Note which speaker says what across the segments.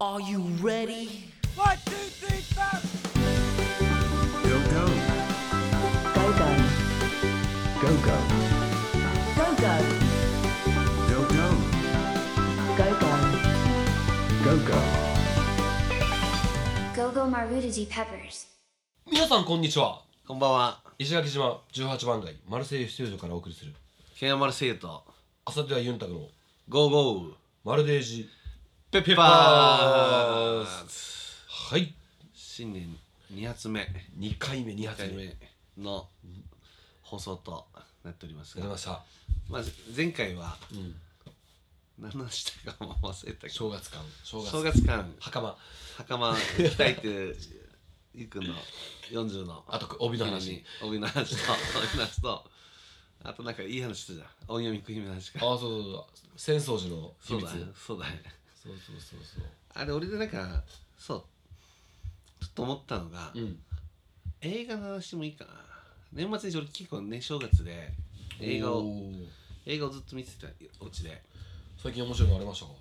Speaker 1: Are you ready?
Speaker 2: One, two, three, four.
Speaker 3: Go go.
Speaker 1: Go go.
Speaker 3: Go go.
Speaker 1: Go go. Go
Speaker 3: Go go.
Speaker 1: go.
Speaker 3: Go go.
Speaker 4: Go Go Marudaji Peppers.
Speaker 5: 皆さんこんにちは
Speaker 6: こんばんは。
Speaker 5: 石垣島18番街マルセイユスタジオからお送りする
Speaker 6: ケンヤマルセイユと、
Speaker 5: あさてはユンタクの
Speaker 6: ゴーゴー、
Speaker 5: マルデージ
Speaker 6: ペッ
Speaker 5: パーはい
Speaker 6: 新年2発目、
Speaker 5: 2回目2
Speaker 6: 2
Speaker 5: 発目
Speaker 6: 回
Speaker 5: で
Speaker 6: 目の放送となっております
Speaker 5: ございま
Speaker 6: が、
Speaker 5: した
Speaker 6: まあ、前回は、何のしたかも忘れたけど、
Speaker 5: 正月感正
Speaker 6: 正月間、
Speaker 5: 袴
Speaker 6: 袴行きたいっていう、ゆうくんの40の、
Speaker 5: あと帯の話
Speaker 6: に、帯の話と、 帯の話と、あとなんかいい話したじゃん。音読み食いの話
Speaker 5: あ
Speaker 6: か。
Speaker 5: そうそうそう浅草寺の秘
Speaker 6: そう
Speaker 5: 密
Speaker 6: だね、そうだね。
Speaker 5: そうそうそうそ
Speaker 6: あれ俺でなんかそうちょっと思ったのが、
Speaker 5: ううん
Speaker 6: 映画の話もいいかな年末に俺結構ね正月で映画を
Speaker 5: おー
Speaker 6: 映画をずっと見てたお家で
Speaker 5: 最近面白いのありましたか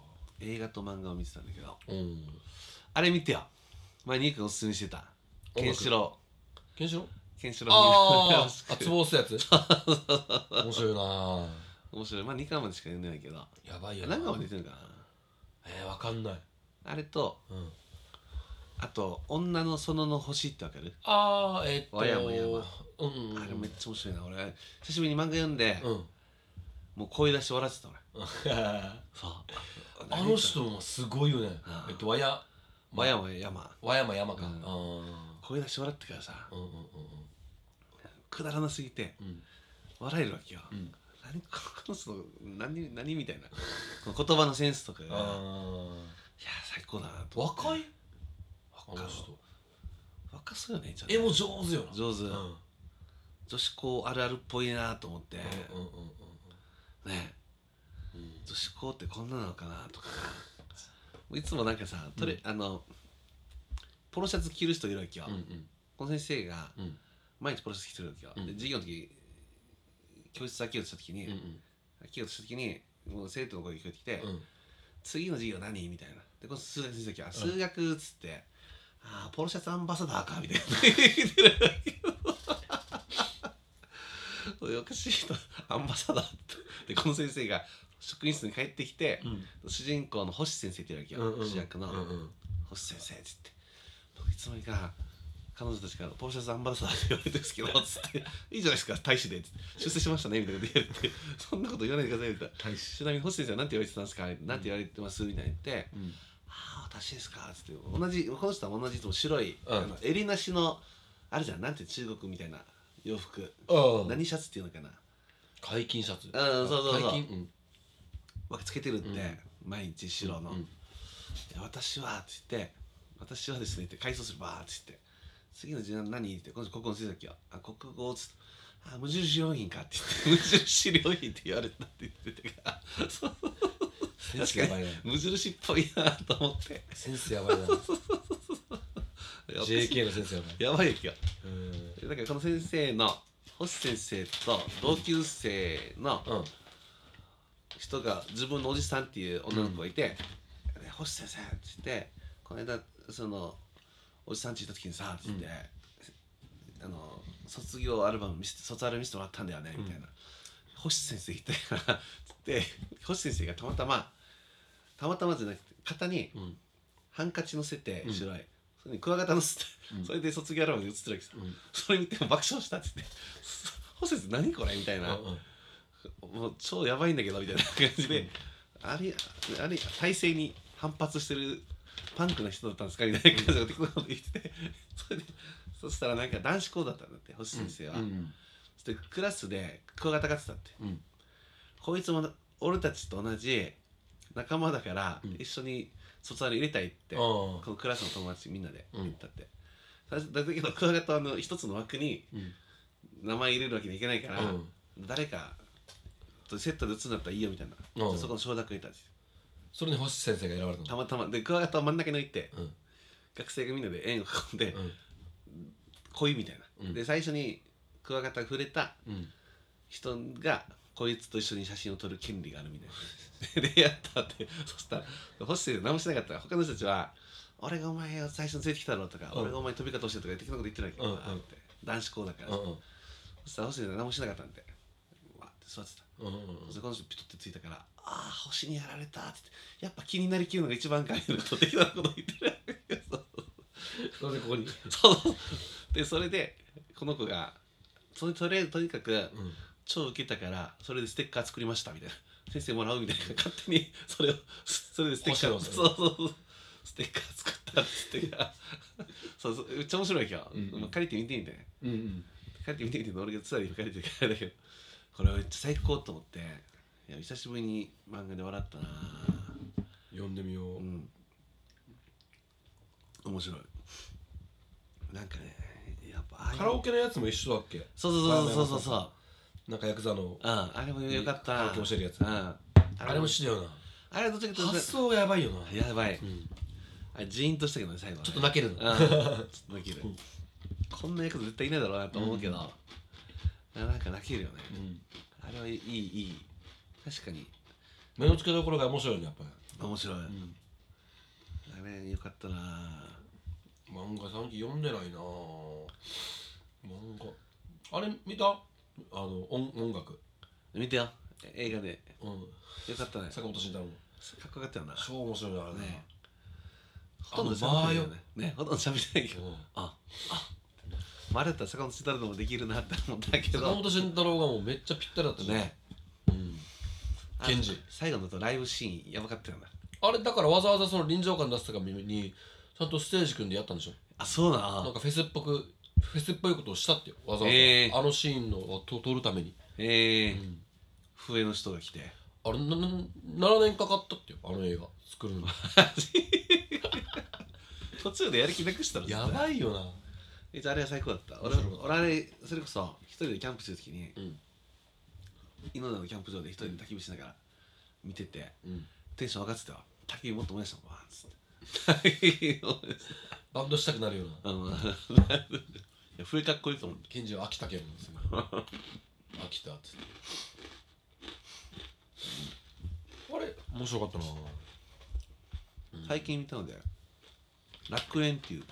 Speaker 6: 映画と漫画を見てたんだけど
Speaker 5: うん
Speaker 6: あれ見てよ前にゆうくんおすすめしてた
Speaker 5: 音楽
Speaker 6: ケンシロ
Speaker 5: ケンシロウ
Speaker 6: ウケンシロウ見る
Speaker 5: あ
Speaker 6: の
Speaker 5: ーあつぼ押すやつ面白いなぁ
Speaker 6: 面白いまあ2巻までしか読んでないけど
Speaker 5: やばいよな
Speaker 6: 何巻まで出てるか
Speaker 5: えー、わかんない
Speaker 6: なあれと
Speaker 5: うん
Speaker 6: あと「女の園の星」ってわかる、
Speaker 5: ああえー、っと
Speaker 6: わやもやま
Speaker 5: うんうんうん
Speaker 6: あれめっちゃ面白いな俺久しぶりに漫画読んで、
Speaker 5: うん
Speaker 6: もう声出して笑ってた俺
Speaker 5: あ
Speaker 6: そう
Speaker 5: の人もすごいよね
Speaker 6: あー
Speaker 5: えっと和や
Speaker 6: 和山山
Speaker 5: 和山山か、
Speaker 6: う
Speaker 5: うんん、あ
Speaker 6: 声出して笑ってからさ
Speaker 5: ーうんうんうん
Speaker 6: くだらなすぎて
Speaker 5: うん
Speaker 6: 笑えるわけよ、
Speaker 5: うん
Speaker 6: 何この人何何みたいなこの言葉のセンスとかがいや
Speaker 5: あ
Speaker 6: 最高だな
Speaker 5: ー
Speaker 6: と思って
Speaker 5: 若いあ
Speaker 6: 若
Speaker 5: の
Speaker 6: い
Speaker 5: 人
Speaker 6: 若そうよねちょっと
Speaker 5: 絵も上手よな
Speaker 6: 上手
Speaker 5: うんうん
Speaker 6: 女子校あるあるっぽいなと思って、
Speaker 5: うんうん
Speaker 6: ね
Speaker 5: うんうん
Speaker 6: 女子校ってこんなのかなとかいつもなんかさとれ、あのポロシャツ着る人いるわけよ、
Speaker 5: うんうん
Speaker 6: この先生が
Speaker 5: うん
Speaker 6: 毎日ポロシャツ着てるわけよ、
Speaker 5: うん
Speaker 6: で授業の時教室開けようとした時に、
Speaker 5: うんうん
Speaker 6: 開けようとした時にもう生徒の声が聞こえてきて、
Speaker 5: うん
Speaker 6: 次の授業何みたいな。で、この数学の時は、数学っつって、ああ、ポロシャツアンバサダーか、みたいな。言ってるおいおかしい人、アンバサダーって。で、この先生が職員室に帰ってきて、主人公の星先生って言うわけよ、
Speaker 5: うんうん
Speaker 6: 主役の、
Speaker 5: うんうん
Speaker 6: 星先生っつって。僕いつの間にか、彼女たちからポロシャツアンバサダーって言われてるんですけど、つって、いいじゃないですか、大使で、つって出世しましたね、みたいなこと言われて、そんなこと言わないでください、みたいな。
Speaker 5: 大使
Speaker 6: ちなみに星先生は何て言われてたんですか何て言われてますみたいな言って
Speaker 5: うん
Speaker 6: 「ああ私ですか」っつって同じこの人は同じいつも白い、
Speaker 5: うん
Speaker 6: あの襟なしのあるじゃんなんて中国みたいな洋服
Speaker 5: あ
Speaker 6: 何シャツっていうのかな
Speaker 5: 解禁シャツうん
Speaker 6: そうそうそう
Speaker 5: 解禁
Speaker 6: わつけてるって、
Speaker 5: うん
Speaker 6: 毎日白の「
Speaker 5: うん
Speaker 6: いや私は」って言って「私はですね」って回想するばーって言って「次の授業何?」って今度国語の先生だっけあ国語」っつって「あ無印良品か」って言って「無 印良品」って言われたって言ってたからそう
Speaker 5: センスやばいな
Speaker 6: 無印っぽいなと思 って
Speaker 5: センスやばいな JK のセンスやばい
Speaker 6: やばいよ
Speaker 5: うん
Speaker 6: だからこの先生の星先生と同級生の
Speaker 5: うん
Speaker 6: 人が自分のおじさんっていう女の子がいて「で星先生」って言ってこの間そのおじさんち行った時にさって言って、あの卒業アルバム見せて卒アル見せてもらったんだよねみたいな、星先生行ったからつって星先生がたまたまたまたまじゃなくて肩に
Speaker 5: ん
Speaker 6: ハンカチ乗せて白い、それにクワガタ乗せて、それで卒業アルバムに写ってるわけさ、
Speaker 5: ん
Speaker 6: それ見て爆笑したっつって 「星先生何これ?」みたいな。
Speaker 5: うん
Speaker 6: もう超やばいんだけどみたいな感じで、あれあれ体制に反発してるパンクな人だったんですかみたいな感じのこと言っててそれでそしたらなんか男子校だったんだって星先生は、
Speaker 5: うん
Speaker 6: そしてクラスでクワガタがってたって、
Speaker 5: うん
Speaker 6: こいつも俺たちと同じ仲間だから一緒に卒アル入れたいって、
Speaker 5: あー
Speaker 6: このクラスの友達みんなで言ったって、だだけどクワガタはあの一つの枠に
Speaker 5: うん
Speaker 6: 名前入れるわけにはいけないから、
Speaker 5: うん
Speaker 6: 誰かとセットで打つんだったらいいよみたいな、
Speaker 5: うん
Speaker 6: そこの承諾がいたんですよ
Speaker 5: それに星先生が選ばれた
Speaker 6: た
Speaker 5: の
Speaker 6: またまでクワガタを真ん中に置いて、
Speaker 5: うん
Speaker 6: 学生がみんなで円を囲んで、
Speaker 5: うん
Speaker 6: 恋みたいな、
Speaker 5: うん
Speaker 6: で最初にクワガタが触れた
Speaker 5: うん
Speaker 6: 人がこいつと一緒に写真を撮る権利があるみたいな でやったってそしたらホッセー何もしなかったから他の人たちは「俺がお前を最初に連れてきたろ」とか
Speaker 5: う
Speaker 6: 「
Speaker 5: ん
Speaker 6: 俺がお前に飛び方して」とか適当なこと言ってないけどなって、
Speaker 5: うんうん
Speaker 6: 男子校だから、
Speaker 5: うんうん
Speaker 6: そしたらホッセー何もしなかったんでわーって座ってた
Speaker 5: うんうんうん
Speaker 6: それこの人ピトってついたから「ああ星にやられた」って言ってやっぱ気になりきるのが一番かいのこと的なこと言ってるそう
Speaker 5: それでここに
Speaker 6: そうでそれでこの子がそれとりあえずとにかく
Speaker 5: うん
Speaker 6: 超ウケたからそれでステッカー作りましたみたいな先生もらうみたいな勝手にそれをそれでステッカー
Speaker 5: 面白い
Speaker 6: そうそうそうステッカー作ったステッカーそうそうめっちゃ面白いわけど、
Speaker 5: うんうん
Speaker 6: まあ借りて見てみてね
Speaker 5: うんうん
Speaker 6: 帰って見てみて俺がツアーで借りてるからだけどこれめっちゃ最高と思っていや久しぶりに漫画で笑ったな
Speaker 5: 呼んでみよう、
Speaker 6: うん面白いなんかねやっぱああいう
Speaker 5: カラオケのやつも一緒だっけ
Speaker 6: そうそうそうそうそうそう
Speaker 5: なんかヤクザの
Speaker 6: うんあれもよかった
Speaker 5: カラオケ教えるやつ
Speaker 6: うんあ
Speaker 5: あれも一緒だよな
Speaker 6: あれどっちかというと
Speaker 5: 発想がやばいよな
Speaker 6: やばい
Speaker 5: うん
Speaker 6: あれジーンとしたけどね最後ね
Speaker 5: ちょっと泣けるの
Speaker 6: うんちょっと泣けるこんな役絶対いないだろうなと思うけどなんか泣けるよね
Speaker 5: うん
Speaker 6: あれはいいいい確かに
Speaker 5: 目の付けどころが面白いねやっぱ
Speaker 6: 面白い、
Speaker 5: り、うん、
Speaker 6: あれよかったな
Speaker 5: 漫画最近読んでないなぁ漫画あれ見たあの音音楽、
Speaker 6: 見てよ映画で
Speaker 5: うん、
Speaker 6: よかったねか
Speaker 5: 坂本慎太郎の
Speaker 6: っこよかったよな
Speaker 5: 超面白いなあれね
Speaker 6: ねほ
Speaker 5: ほ
Speaker 6: と
Speaker 5: と
Speaker 6: ん
Speaker 5: ん
Speaker 6: ど
Speaker 5: ど喋ってて
Speaker 6: 喋っな
Speaker 5: ないい
Speaker 6: よ
Speaker 5: よ
Speaker 6: ね
Speaker 5: ね
Speaker 6: ねほとんど喋ってないけど、
Speaker 5: うん
Speaker 6: ああまああれだったら坂本慎太郎でもできるなって思ったけ
Speaker 5: 坂
Speaker 6: ど
Speaker 5: 本慎太郎がもうめっちゃぴったりだったじゃん
Speaker 6: ね
Speaker 5: うん
Speaker 6: あ
Speaker 5: ケンジ
Speaker 6: 最後のとライブシーンやばかったよな
Speaker 5: あれだからわざわざその臨場感出すためにちゃんとステージ組んでやったんでしょ
Speaker 6: あそうな
Speaker 5: なん
Speaker 6: の
Speaker 5: かフェスっぽくフェスっぽいことをしたってよわざわざ、
Speaker 6: えー
Speaker 5: あのシーンのをと撮るために
Speaker 6: ええ
Speaker 5: ん
Speaker 6: 笛の人が来て
Speaker 5: あれなな7年かかったってよあの映画作 るの
Speaker 6: 途中でやる気なくしたの
Speaker 5: やばいよな
Speaker 6: えじゃああれは最高だった俺
Speaker 5: 面白かった
Speaker 6: 俺あれそれこそ一人でキャンプするときに、
Speaker 5: うん
Speaker 6: 今のキャンプ場で一人で焚き火しながら見てて
Speaker 5: うん
Speaker 6: テンション上がってたわ焚き火もっと燃やしたもんわーっつ って
Speaker 5: バンドしたくなるよな
Speaker 6: あ のいや笛かっこいいと思って
Speaker 5: ケンジは飽きたけどなすごい飽きたっつってあれ面白かったな
Speaker 6: 最近見たので楽園っていう、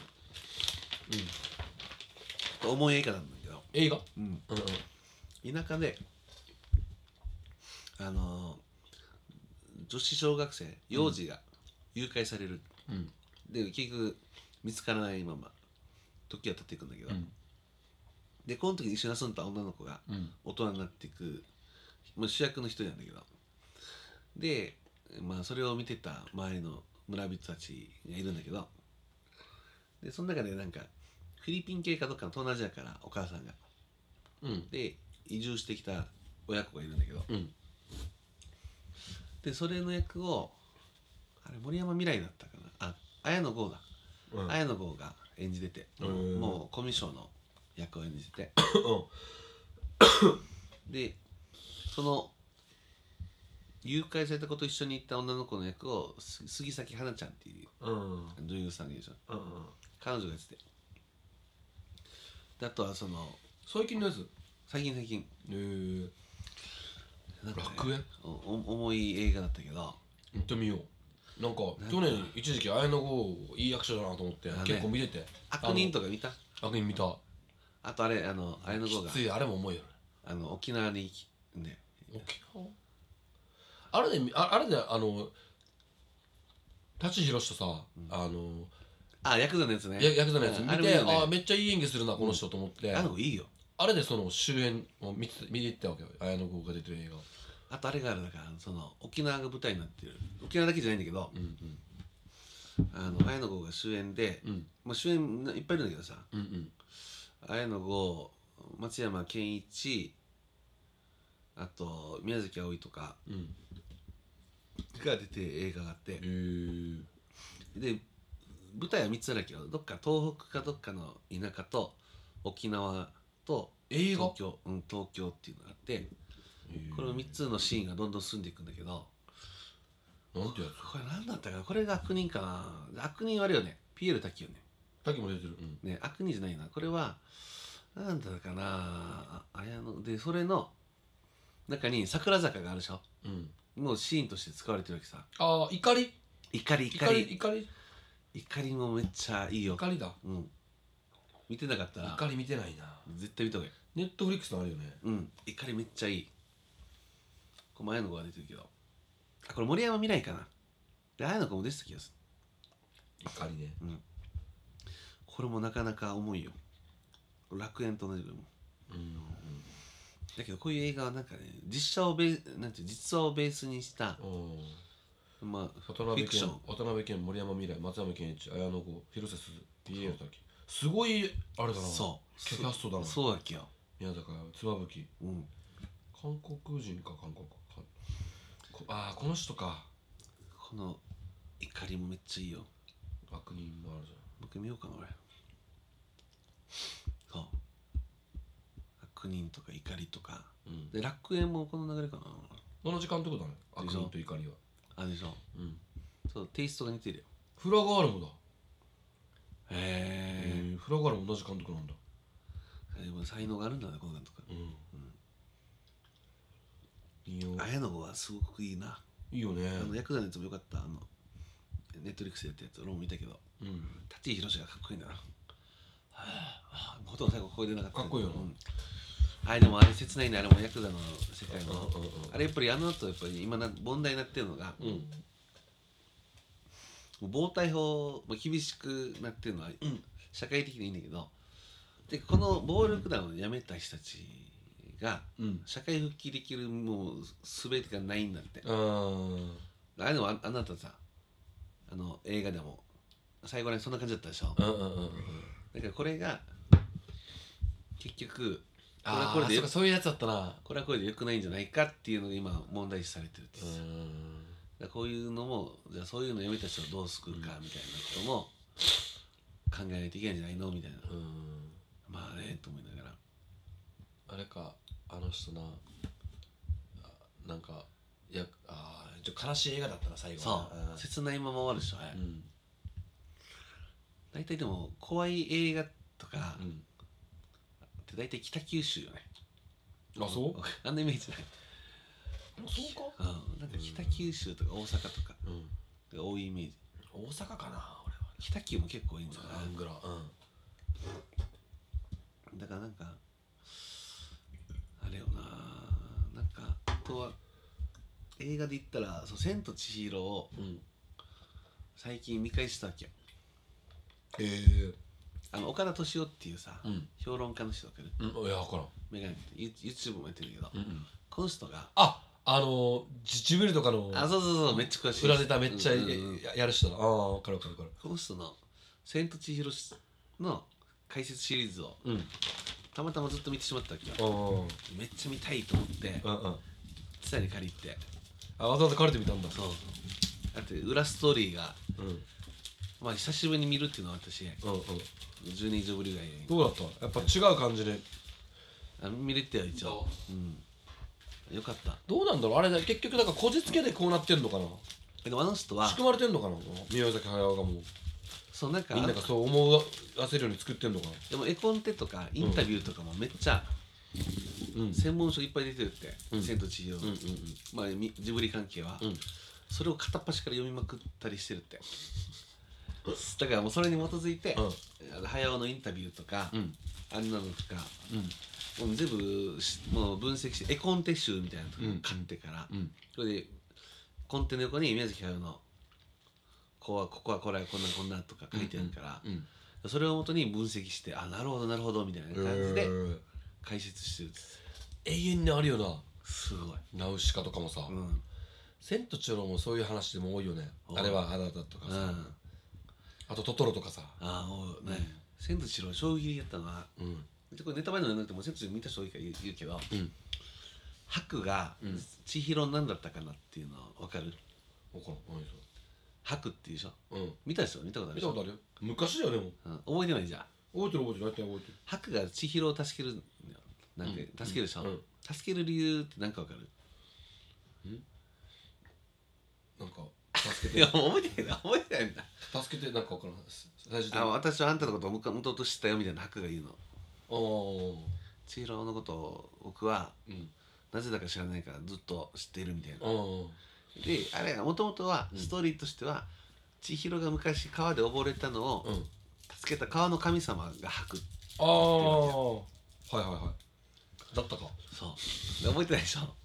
Speaker 6: 重い映画なんだけど、
Speaker 5: 映画
Speaker 6: うん、
Speaker 5: うんうん
Speaker 6: 田舎であのー女子小学生幼児が誘拐される、
Speaker 5: うん
Speaker 6: で結局見つからないまま時は経っていくんだけど、
Speaker 5: うん
Speaker 6: でこの時に一緒に遊んだ女の子が
Speaker 5: うん
Speaker 6: 大人になっていく、まあ、主役の一人なんだけどで、まあ、それを見てた周りの村人たちがいるんだけどでその中でなんかフィリピン系かどっかの東南アジアからお母さんが
Speaker 5: うん
Speaker 6: で移住してきた親子がいるんだけど
Speaker 5: うん
Speaker 6: でそれの役をあれ森山未来だったかなあ綾野剛だ、
Speaker 5: うん
Speaker 6: 綾野剛が演じてて、
Speaker 5: うん
Speaker 6: もうコミュ障の役を演じててでその誘拐された子と一緒に行った女の子の役をす杉咲花ちゃんっていう
Speaker 5: うんうん
Speaker 6: 女優さんがいるじゃん
Speaker 5: うん
Speaker 6: 彼女がやっててであとはその
Speaker 5: 最近のやつへ
Speaker 6: 最近最近
Speaker 5: え
Speaker 6: なんかね
Speaker 5: 楽園
Speaker 6: おお重い映画だったけど
Speaker 5: 行ってみようなんか
Speaker 6: なんか
Speaker 5: 去年一時期綾野剛いい役者だなと思って
Speaker 6: あね
Speaker 5: 結構見てて
Speaker 6: 悪人とか見た
Speaker 5: あの悪人見た
Speaker 6: あとあれあの綾野剛
Speaker 5: き
Speaker 6: が
Speaker 5: ついあれも重いよね
Speaker 6: あの沖縄にきね
Speaker 5: 沖縄あれでああれであの舘ひろしとさ、あの
Speaker 6: あヤクザのやつね
Speaker 5: やヤクザのやつ見
Speaker 6: うんあれもいい
Speaker 5: て、
Speaker 6: よね
Speaker 5: ああめっちゃいい演技するなこの人と思って、
Speaker 6: あの子いいよ
Speaker 5: あれでその周辺を見て見ていったわけよ綾野剛が出てる映
Speaker 6: あとあれがあるだからその沖縄が舞台になってる沖縄だけじゃないんだけど
Speaker 5: 画うん
Speaker 6: あの綾野剛が主演で、
Speaker 5: うんうん
Speaker 6: まあ、主演いっぱいいるんだけどさ
Speaker 5: うんうん
Speaker 6: 綾野剛松山ケンイチあと宮崎あおいとか
Speaker 5: うん
Speaker 6: が出てる映画があって、
Speaker 5: へー
Speaker 6: で舞台は3つあるけどどっか東北かどっかの田舎と沖縄と
Speaker 5: 映画
Speaker 6: 東京,、うん、東京っていうのがあって
Speaker 5: へー
Speaker 6: この3つのシーンがどんどん進んでいくんだけど
Speaker 5: なんてや
Speaker 6: これ何だったかなこれが悪人かな悪人はあれよねピエール滝よね
Speaker 5: つ滝も出てるうん
Speaker 6: ね悪人じゃないなこれは何だったかなあ綾野でそれの中に桜坂があるでしょ
Speaker 5: うん
Speaker 6: もうシーンとして使われてるわけさ
Speaker 5: ああ怒り
Speaker 6: 怒り怒
Speaker 5: 怒り
Speaker 6: り
Speaker 5: 怒り
Speaker 6: 怒りもめっちゃいいよ
Speaker 5: 怒りだ
Speaker 6: うん見てなかったら
Speaker 5: 怒り見てないな
Speaker 6: 絶対見とけ
Speaker 5: ネットフリックスのあるよね
Speaker 6: うん怒りめっちゃいいこれ前の子が出てるけどあこれ森山未来かなで綾の子も出てた気がする
Speaker 5: 怒りね
Speaker 6: これもなかなか重いよ楽園と同じぐらいも
Speaker 5: うん
Speaker 6: だけどこういう映画はなんかね実写をベーなんていう実話をベースにした
Speaker 5: うん
Speaker 6: まあ
Speaker 5: 渡
Speaker 6: フ
Speaker 5: 辺
Speaker 6: ィクシ
Speaker 5: 謙
Speaker 6: ョン
Speaker 5: 渡辺謙森山未来松山健一綾野剛広瀬すず家康滝すごいあれだな
Speaker 6: そう
Speaker 5: キャストだな
Speaker 6: そうだっけよ
Speaker 5: 宮坂妻夫木
Speaker 6: うん
Speaker 5: 韓国人か韓国かこああこの人か
Speaker 6: この怒りもめっちゃいいよ
Speaker 5: 悪人もあるじ
Speaker 6: 僕見ようかな俺そう悪人とか怒りとか
Speaker 5: ゃんうん
Speaker 6: で楽園もこの流れかな
Speaker 5: 同じ監督だね悪
Speaker 6: でしょ
Speaker 5: 人と怒りは
Speaker 6: あでしょ
Speaker 5: うん
Speaker 6: そうテイストが似てるよ
Speaker 5: フラガールもだえ
Speaker 6: へ
Speaker 5: ーフラガールも同じ監督なんだ
Speaker 6: えでも才能があるんだねこの監督
Speaker 5: うん見よう
Speaker 6: 綾野剛はすごくいいない
Speaker 5: いよね
Speaker 6: あのヤクザのやつもよかったあのネットリックスでやったやつ俺も見たけど
Speaker 5: うん
Speaker 6: 舘ひろしがかっこいいんだなはあはあほとんど最後声出なかった
Speaker 5: かっこいいよな
Speaker 6: うんあれでもあれ切ないねあれもヤクザの世界
Speaker 5: うん
Speaker 6: の
Speaker 5: うんうん
Speaker 6: あれやっぱりあの後やっぱり今な問題になってるのが、
Speaker 5: うん
Speaker 6: もう暴対法も厳しくなってるのは、
Speaker 5: ん
Speaker 6: 社会的にいいんだけどでこの暴力団をやめた人たちが
Speaker 5: うん
Speaker 6: 社会復帰できるもう全てがないんだって
Speaker 5: あー
Speaker 6: あれでもああなたさあの映画でも最後にそんな感じだったでしょ
Speaker 5: うんうんうんうん
Speaker 6: だからこれが結局これ
Speaker 5: あ
Speaker 6: はこれ
Speaker 5: ーそ
Speaker 6: でよ
Speaker 5: うかそういうやつだったな
Speaker 6: これはこれで良くないんじゃないかっていうのが今問題視されてるって
Speaker 5: う
Speaker 6: 言ってただからこういうのもじゃあそういうのやめた人をどう救うかみたいなことも考えないといけないんじゃないのみたいな
Speaker 5: ーんうん
Speaker 6: まあねと思いながら
Speaker 5: あれかあの人なあなんかいやあーちょ悲しい映画だったな最後
Speaker 6: そ
Speaker 5: はな
Speaker 6: う切ないまま終わるでしょあれ
Speaker 5: うんうん
Speaker 6: 大体でも怖い映画とか
Speaker 5: うん
Speaker 6: って大体北九州よね
Speaker 5: あ そう
Speaker 6: あんなイメージない
Speaker 5: そうか
Speaker 6: うんなんか北九州とか大阪とか
Speaker 5: うん
Speaker 6: が多いイメージ
Speaker 5: 大阪かな俺は
Speaker 6: 北九も結構多いんじゃな
Speaker 5: ア
Speaker 6: い
Speaker 5: ングラうん
Speaker 6: だからなんかあれよななんかあとは映画で言ったら「そう千と千尋」を
Speaker 5: うん
Speaker 6: 最近見返したわけよ
Speaker 5: ええ
Speaker 6: あの岡田敏夫っていうさ、
Speaker 5: うん
Speaker 6: 評論家の人が来る
Speaker 5: うんいや分からん
Speaker 6: メガネってユ YouTube もやってるけど、
Speaker 5: うん
Speaker 6: この人が
Speaker 5: ああのジジブリとかの
Speaker 6: あそうそうそうめっちゃ詳しい
Speaker 5: 裏ネタめっちゃ
Speaker 6: う
Speaker 5: や,、
Speaker 6: んうんうん
Speaker 5: やる人だああ分かる分かる分か
Speaker 6: この人の「千と千尋」の解説シリーズを
Speaker 5: るうん
Speaker 6: たまたまずっと見てしまったわけよ
Speaker 5: あ
Speaker 6: めっちゃ見たいと思って
Speaker 5: あうんうん
Speaker 6: ツタに借りて
Speaker 5: あわざわざ借りてみたんだ
Speaker 6: そうだって裏ストーリーが
Speaker 5: うんうん
Speaker 6: まあ久しぶりに見るっていうのは私
Speaker 5: うん
Speaker 6: 10年以上ぶりぐらいに
Speaker 5: どうだったやっぱ違う感じで
Speaker 6: あ見れてよ一応うんよかった
Speaker 5: どうなんだろうあれね結局なんかこじつけでこうなってんのかな
Speaker 6: でもあの人は
Speaker 5: 仕組まれてんのかな宮崎駿がもう
Speaker 6: そうなんか
Speaker 5: みんながそう思わせるように作ってんのかな
Speaker 6: でも絵コンテとかインタビューとかもめっちゃ
Speaker 5: うん
Speaker 6: 専門書いっぱい出てるって「
Speaker 5: うん
Speaker 6: 千と千尋」
Speaker 5: うんうん
Speaker 6: まあみジブリ関係は、
Speaker 5: うん
Speaker 6: それを片っ端から読みまくったりしてるってだからもうそれに基づいて、あの早尾のインタビューとか、
Speaker 5: うん
Speaker 6: あんなのとか
Speaker 5: うん
Speaker 6: もう全部しもう分析して絵コンテ集みたいなのとか
Speaker 5: うん
Speaker 6: 買ってから、
Speaker 5: うん
Speaker 6: それでコンテの横に宮崎駿のこうはここはこれはこんなこんなとか書いてあるから、
Speaker 5: うん
Speaker 6: それをもとに分析してあなるほどなるほどみたいな感じで
Speaker 5: えー
Speaker 6: 解説してるんです
Speaker 5: 永遠にあるよな
Speaker 6: すごい、
Speaker 5: ナウシカとかもさ、
Speaker 6: うんうん、
Speaker 5: 千と千尋もそういう話でも多いよね
Speaker 6: うん
Speaker 5: あれはあなたとかさ、
Speaker 6: あ
Speaker 5: あとトトロとかさ
Speaker 6: あおうね「千と千尋」将棋やったのは
Speaker 5: うん
Speaker 6: これネタバレになってもう千と千尋見た人多いから言う言うけど
Speaker 5: うん
Speaker 6: 白が
Speaker 5: うん
Speaker 6: 千尋なんだったかなっていうの分かる
Speaker 5: 分からん何そ
Speaker 6: 白っていうでしょ
Speaker 5: れうん
Speaker 6: 見たでしょ見たことあ
Speaker 5: 見
Speaker 6: るでしたょ
Speaker 5: ことあるよ昔だよでも
Speaker 6: うん覚えてないじゃん
Speaker 5: 覚えてる覚えてる大体覚えてる
Speaker 6: 白が千尋を助けるんだよなんか
Speaker 5: うん
Speaker 6: 助けるでしょ、
Speaker 5: うん
Speaker 6: 助ける理由って何か分かる
Speaker 5: なんか助け
Speaker 6: い
Speaker 5: て
Speaker 6: や覚えてないな覚えてないんだ
Speaker 5: 助けてなんか分からんす最終的に
Speaker 6: あ
Speaker 5: あ
Speaker 6: 私はあんたのことを向とうとしてたよみたいな白が言うの
Speaker 5: あー
Speaker 6: 千尋のことを僕は
Speaker 5: うん
Speaker 6: なぜだか知らないからずっと知っているみたいな
Speaker 5: う。んうん
Speaker 6: であれもともとはストーリーとしては、千尋が昔川で溺れたのを
Speaker 5: うん
Speaker 6: 助けた川の神様が吐く
Speaker 5: ああはいはいはいだったか
Speaker 6: そうで覚えてないでしょ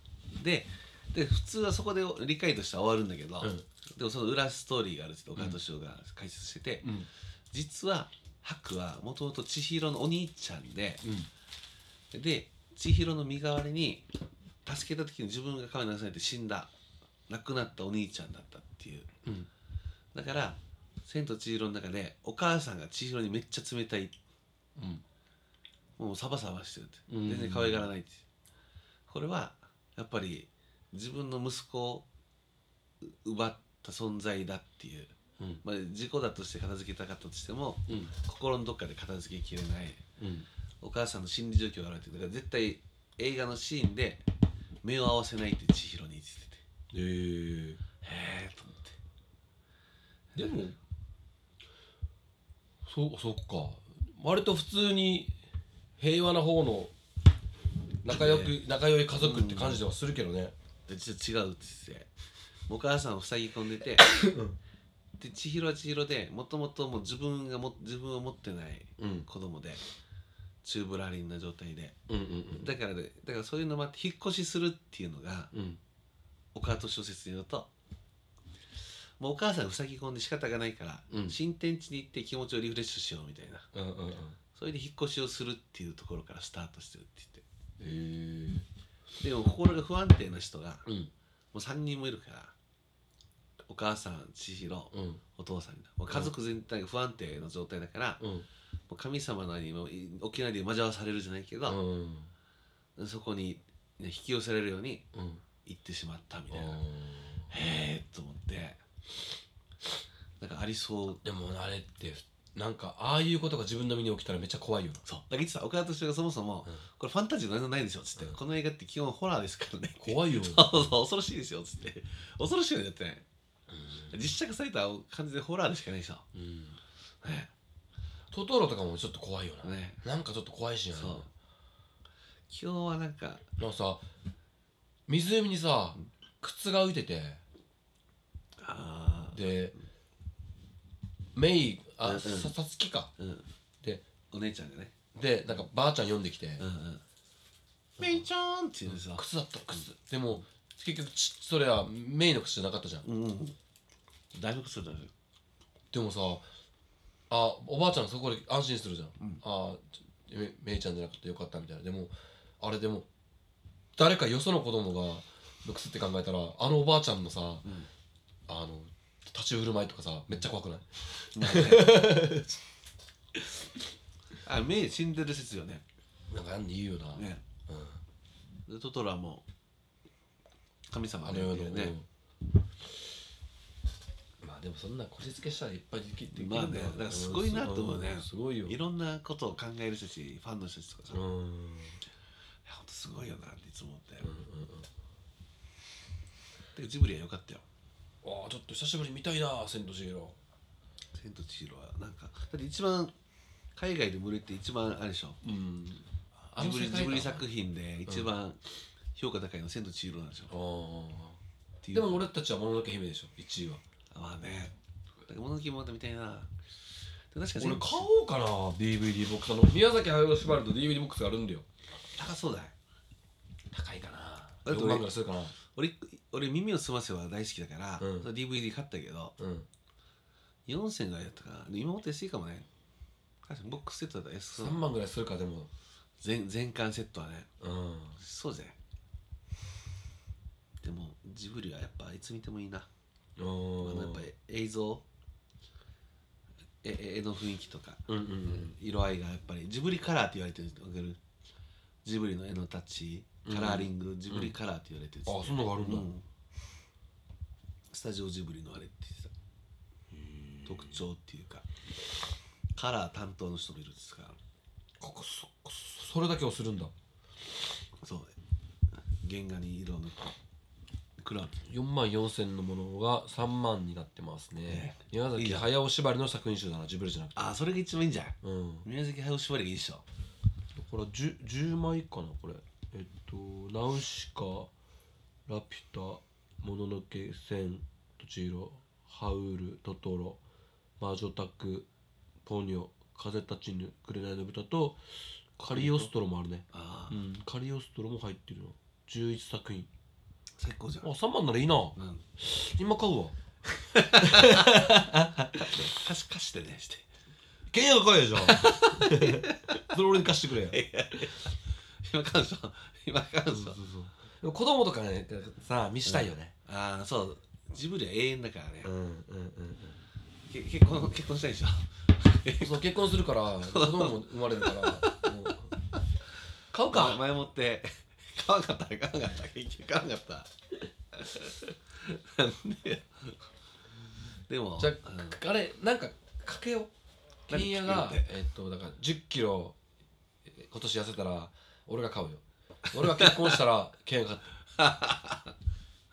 Speaker 6: でで普通はそこで理解としては終わるんだけど、
Speaker 5: うん
Speaker 6: でもその裏ストーリーがあるって岡田敏夫が解説してて、
Speaker 5: うん
Speaker 6: 実は白はもともと千尋のお兄ちゃんで
Speaker 5: うん
Speaker 6: で千尋の身代わりに助けた時に自分が川に流されて死んだ亡くなったお兄ちゃんだったっていう
Speaker 5: うん
Speaker 6: だから「千と千尋」の中でお母さんが千尋にめっちゃ冷たい
Speaker 5: うん
Speaker 6: もうサバサバしてるって
Speaker 5: うん
Speaker 6: 全然可愛がらないってこれはやっぱり自分の息子を奪った存在だっていう、
Speaker 5: うん
Speaker 6: まあ、事故だとして片付けたかったとしても
Speaker 5: うん
Speaker 6: 心のどっかで片付けきれない
Speaker 5: うん
Speaker 6: お母さんの心理状況が悪いってだから絶対映画のシーンで目を合わせないって千尋に言ってて
Speaker 5: えー、
Speaker 6: へえと思って
Speaker 5: でもそうそっか割と普通に平和な方の仲良く、仲良い家族って感じではするけどね
Speaker 6: でちょっと違うって言ってお母さんを塞ぎ込んでてで千尋は千尋でもともともう自分がも自分を持ってない
Speaker 5: うん
Speaker 6: 子供でチューブラリンな状態で
Speaker 5: うんうん
Speaker 6: だからねだからそういうのもあって引っ越しするっていうのが
Speaker 5: うんうん
Speaker 6: 岡田小説によるともうお母さんを塞ぎ込んで仕方がないから、
Speaker 5: うん
Speaker 6: 新天地に行って気持ちをリフレッシュしようみたいな
Speaker 5: うんうんうん
Speaker 6: それで引っ越しをするっていうところからスタートしてるって言
Speaker 5: えー、
Speaker 6: ってでも心が不安定な人が
Speaker 5: うん
Speaker 6: もう3人もいるからお母さん千尋、
Speaker 5: うん
Speaker 6: お父さんになもう家族全体が不安定の状態だから、も
Speaker 5: うん
Speaker 6: う神様のにもい沖縄で交わされるじゃないけ
Speaker 5: う
Speaker 6: ど、
Speaker 5: ん
Speaker 6: そこにね、引き寄せられるように
Speaker 5: うん
Speaker 6: 行ってしまったみ
Speaker 5: あ
Speaker 6: たいな、
Speaker 5: ー
Speaker 6: へえと思ってなんかありそう
Speaker 5: でもあれってなんかああいうことが自分の身に起きたらめっちゃ怖いよな
Speaker 6: そうだから言ってた岡田斗司夫がそもそも、
Speaker 5: うん
Speaker 6: これファンタジーの内容ないでしょ」っつって、この映画って基本ホラーですからね」
Speaker 5: 怖 いよ
Speaker 6: そうそう恐ろしいですよ」っつって「恐ろしいよね」だってね実写化されたら完全にホラーでしかないでしょ、
Speaker 5: うん
Speaker 6: ね
Speaker 5: トトロとかもちょっと怖いよな、
Speaker 6: ね
Speaker 5: なんかちょっと怖いしな
Speaker 6: そう今日はなんか
Speaker 5: なんかさ湖にさ靴が浮いてて
Speaker 6: ああ
Speaker 5: でメイ
Speaker 6: う
Speaker 5: あ
Speaker 6: ん
Speaker 5: ささつきか
Speaker 6: うん
Speaker 5: で
Speaker 6: お姉ちゃんがね
Speaker 5: でなんかばあちゃん呼んできて
Speaker 6: うんうんメイちゃんって言うんですよ
Speaker 5: 「靴だった靴」でも結局ちそれはメイの靴じゃなかったじゃん
Speaker 6: うんうん大学生だよ
Speaker 5: でもさあおばあちゃんそこで安心するじゃん、あちょめめいちゃんじゃなくてよかったみたいなでもあれでも誰かよその子供がの靴って考えたらあのおばあちゃんのさ、あの立ち振る舞いとかさめっちゃ怖くない
Speaker 6: あメイ死んでる説よね
Speaker 5: なんか言うよな、
Speaker 6: ね
Speaker 5: うん
Speaker 6: でトトロはもう神様
Speaker 5: あ
Speaker 6: だ
Speaker 5: の世
Speaker 6: よってい
Speaker 5: の
Speaker 6: うね
Speaker 5: ねまあでもそんなこじつけしたらいっぱいできて
Speaker 6: まあねだからすごいなと思うね
Speaker 5: すごいよ
Speaker 6: いろんなことを考える人たちファンの人たちとかさ、
Speaker 5: うん
Speaker 6: いや
Speaker 5: うん
Speaker 6: ほんとすごいよなっていつも思って、
Speaker 5: うんうん
Speaker 6: でジブリは良かったよ
Speaker 5: ああちょっと久しぶりに見たいな千と千尋
Speaker 6: 「千と千尋」はなんかだって一番海外で売れて一番あれでしょ
Speaker 5: うん
Speaker 6: ジブリジブリ作品で一番評価高いの「千と千尋」なんでしょ、
Speaker 5: ああ
Speaker 6: っていう
Speaker 5: でも俺たちはもののけ姫でしょ1位は
Speaker 6: まあねだから物置物語みたいなでも確かに
Speaker 5: 俺買おうかな DVD ボックスあの宮崎駿縛ると DVD ボックスがあるんだよ
Speaker 6: 高そうだよ
Speaker 5: 高いかな
Speaker 6: だって
Speaker 5: 4
Speaker 6: 俺
Speaker 5: 万ぐらいするかな
Speaker 6: 俺俺耳をすませは大好きだから、
Speaker 5: うん
Speaker 6: その DVD 買ったけど
Speaker 5: うん
Speaker 6: 4000ぐらいだったかなで今もっと安いかもね確かにボックスセットだったら安そう
Speaker 5: 3万ぐらいするかでも
Speaker 6: 全全巻セットはね
Speaker 5: うん
Speaker 6: そうぜでもジブリはやっぱいつ見てもいいな、あ
Speaker 5: うん
Speaker 6: のやっぱり映像ええ絵の雰囲気とか
Speaker 5: うんうんうん
Speaker 6: 色合いがやっぱりジブリカラーって言われてるわかるジブリの絵のタッチカラーリング、ジブリカラーって言われてる
Speaker 5: あそんなのがあるんだ、
Speaker 6: うんスタジオジブリのあれって言ってた特徴っていうかカラー担当の人もいるんですから
Speaker 5: ここそこそれだけをするんだ
Speaker 6: そう原画に色を塗って黒は
Speaker 5: 4万4000のものが3万になってますね宮
Speaker 6: いい
Speaker 5: 崎
Speaker 6: じゃん
Speaker 5: 駿縛りの作品集だなジブリじゃなくて
Speaker 6: あそれが一番いいんじゃん
Speaker 5: うん
Speaker 6: 宮崎駿縛りがいいでしょ
Speaker 5: これ 10, 10枚かなこれえっとナウシカラピュタもののけ千と千尋ハウルトトロ魔女宅ポニョ風立ちぬ紅の豚とカリオストロもあるね
Speaker 6: あ
Speaker 5: う
Speaker 6: あ
Speaker 5: んカリオストロも入ってるの11作品
Speaker 6: 最高じゃ
Speaker 5: あ
Speaker 6: ん、
Speaker 5: 3万ならいいな
Speaker 6: うん、
Speaker 5: 今買うわ
Speaker 6: 貸し貸してねして
Speaker 5: ケンヤが買えよじゃんそれ俺に貸 してくれよ
Speaker 6: 今感謝今感謝
Speaker 5: そうそうそうでも子供とかねさ見したいよね
Speaker 6: ああそうジブリは永遠だからね、
Speaker 5: うんうんうんうん
Speaker 6: け結婚結婚したいでしょ
Speaker 5: そう結婚するから子供も生まれる からもう買う
Speaker 6: 前
Speaker 5: か
Speaker 6: 前もって 買わんかった買わんかった結局買わんかったなんでよでも
Speaker 5: じゃ
Speaker 6: うん
Speaker 5: ああれなんかかけようケンヤが
Speaker 6: 何か
Speaker 5: えっとだから1 0キロえ今年痩せたら俺が買うよ俺が結婚したら ケンヤが買って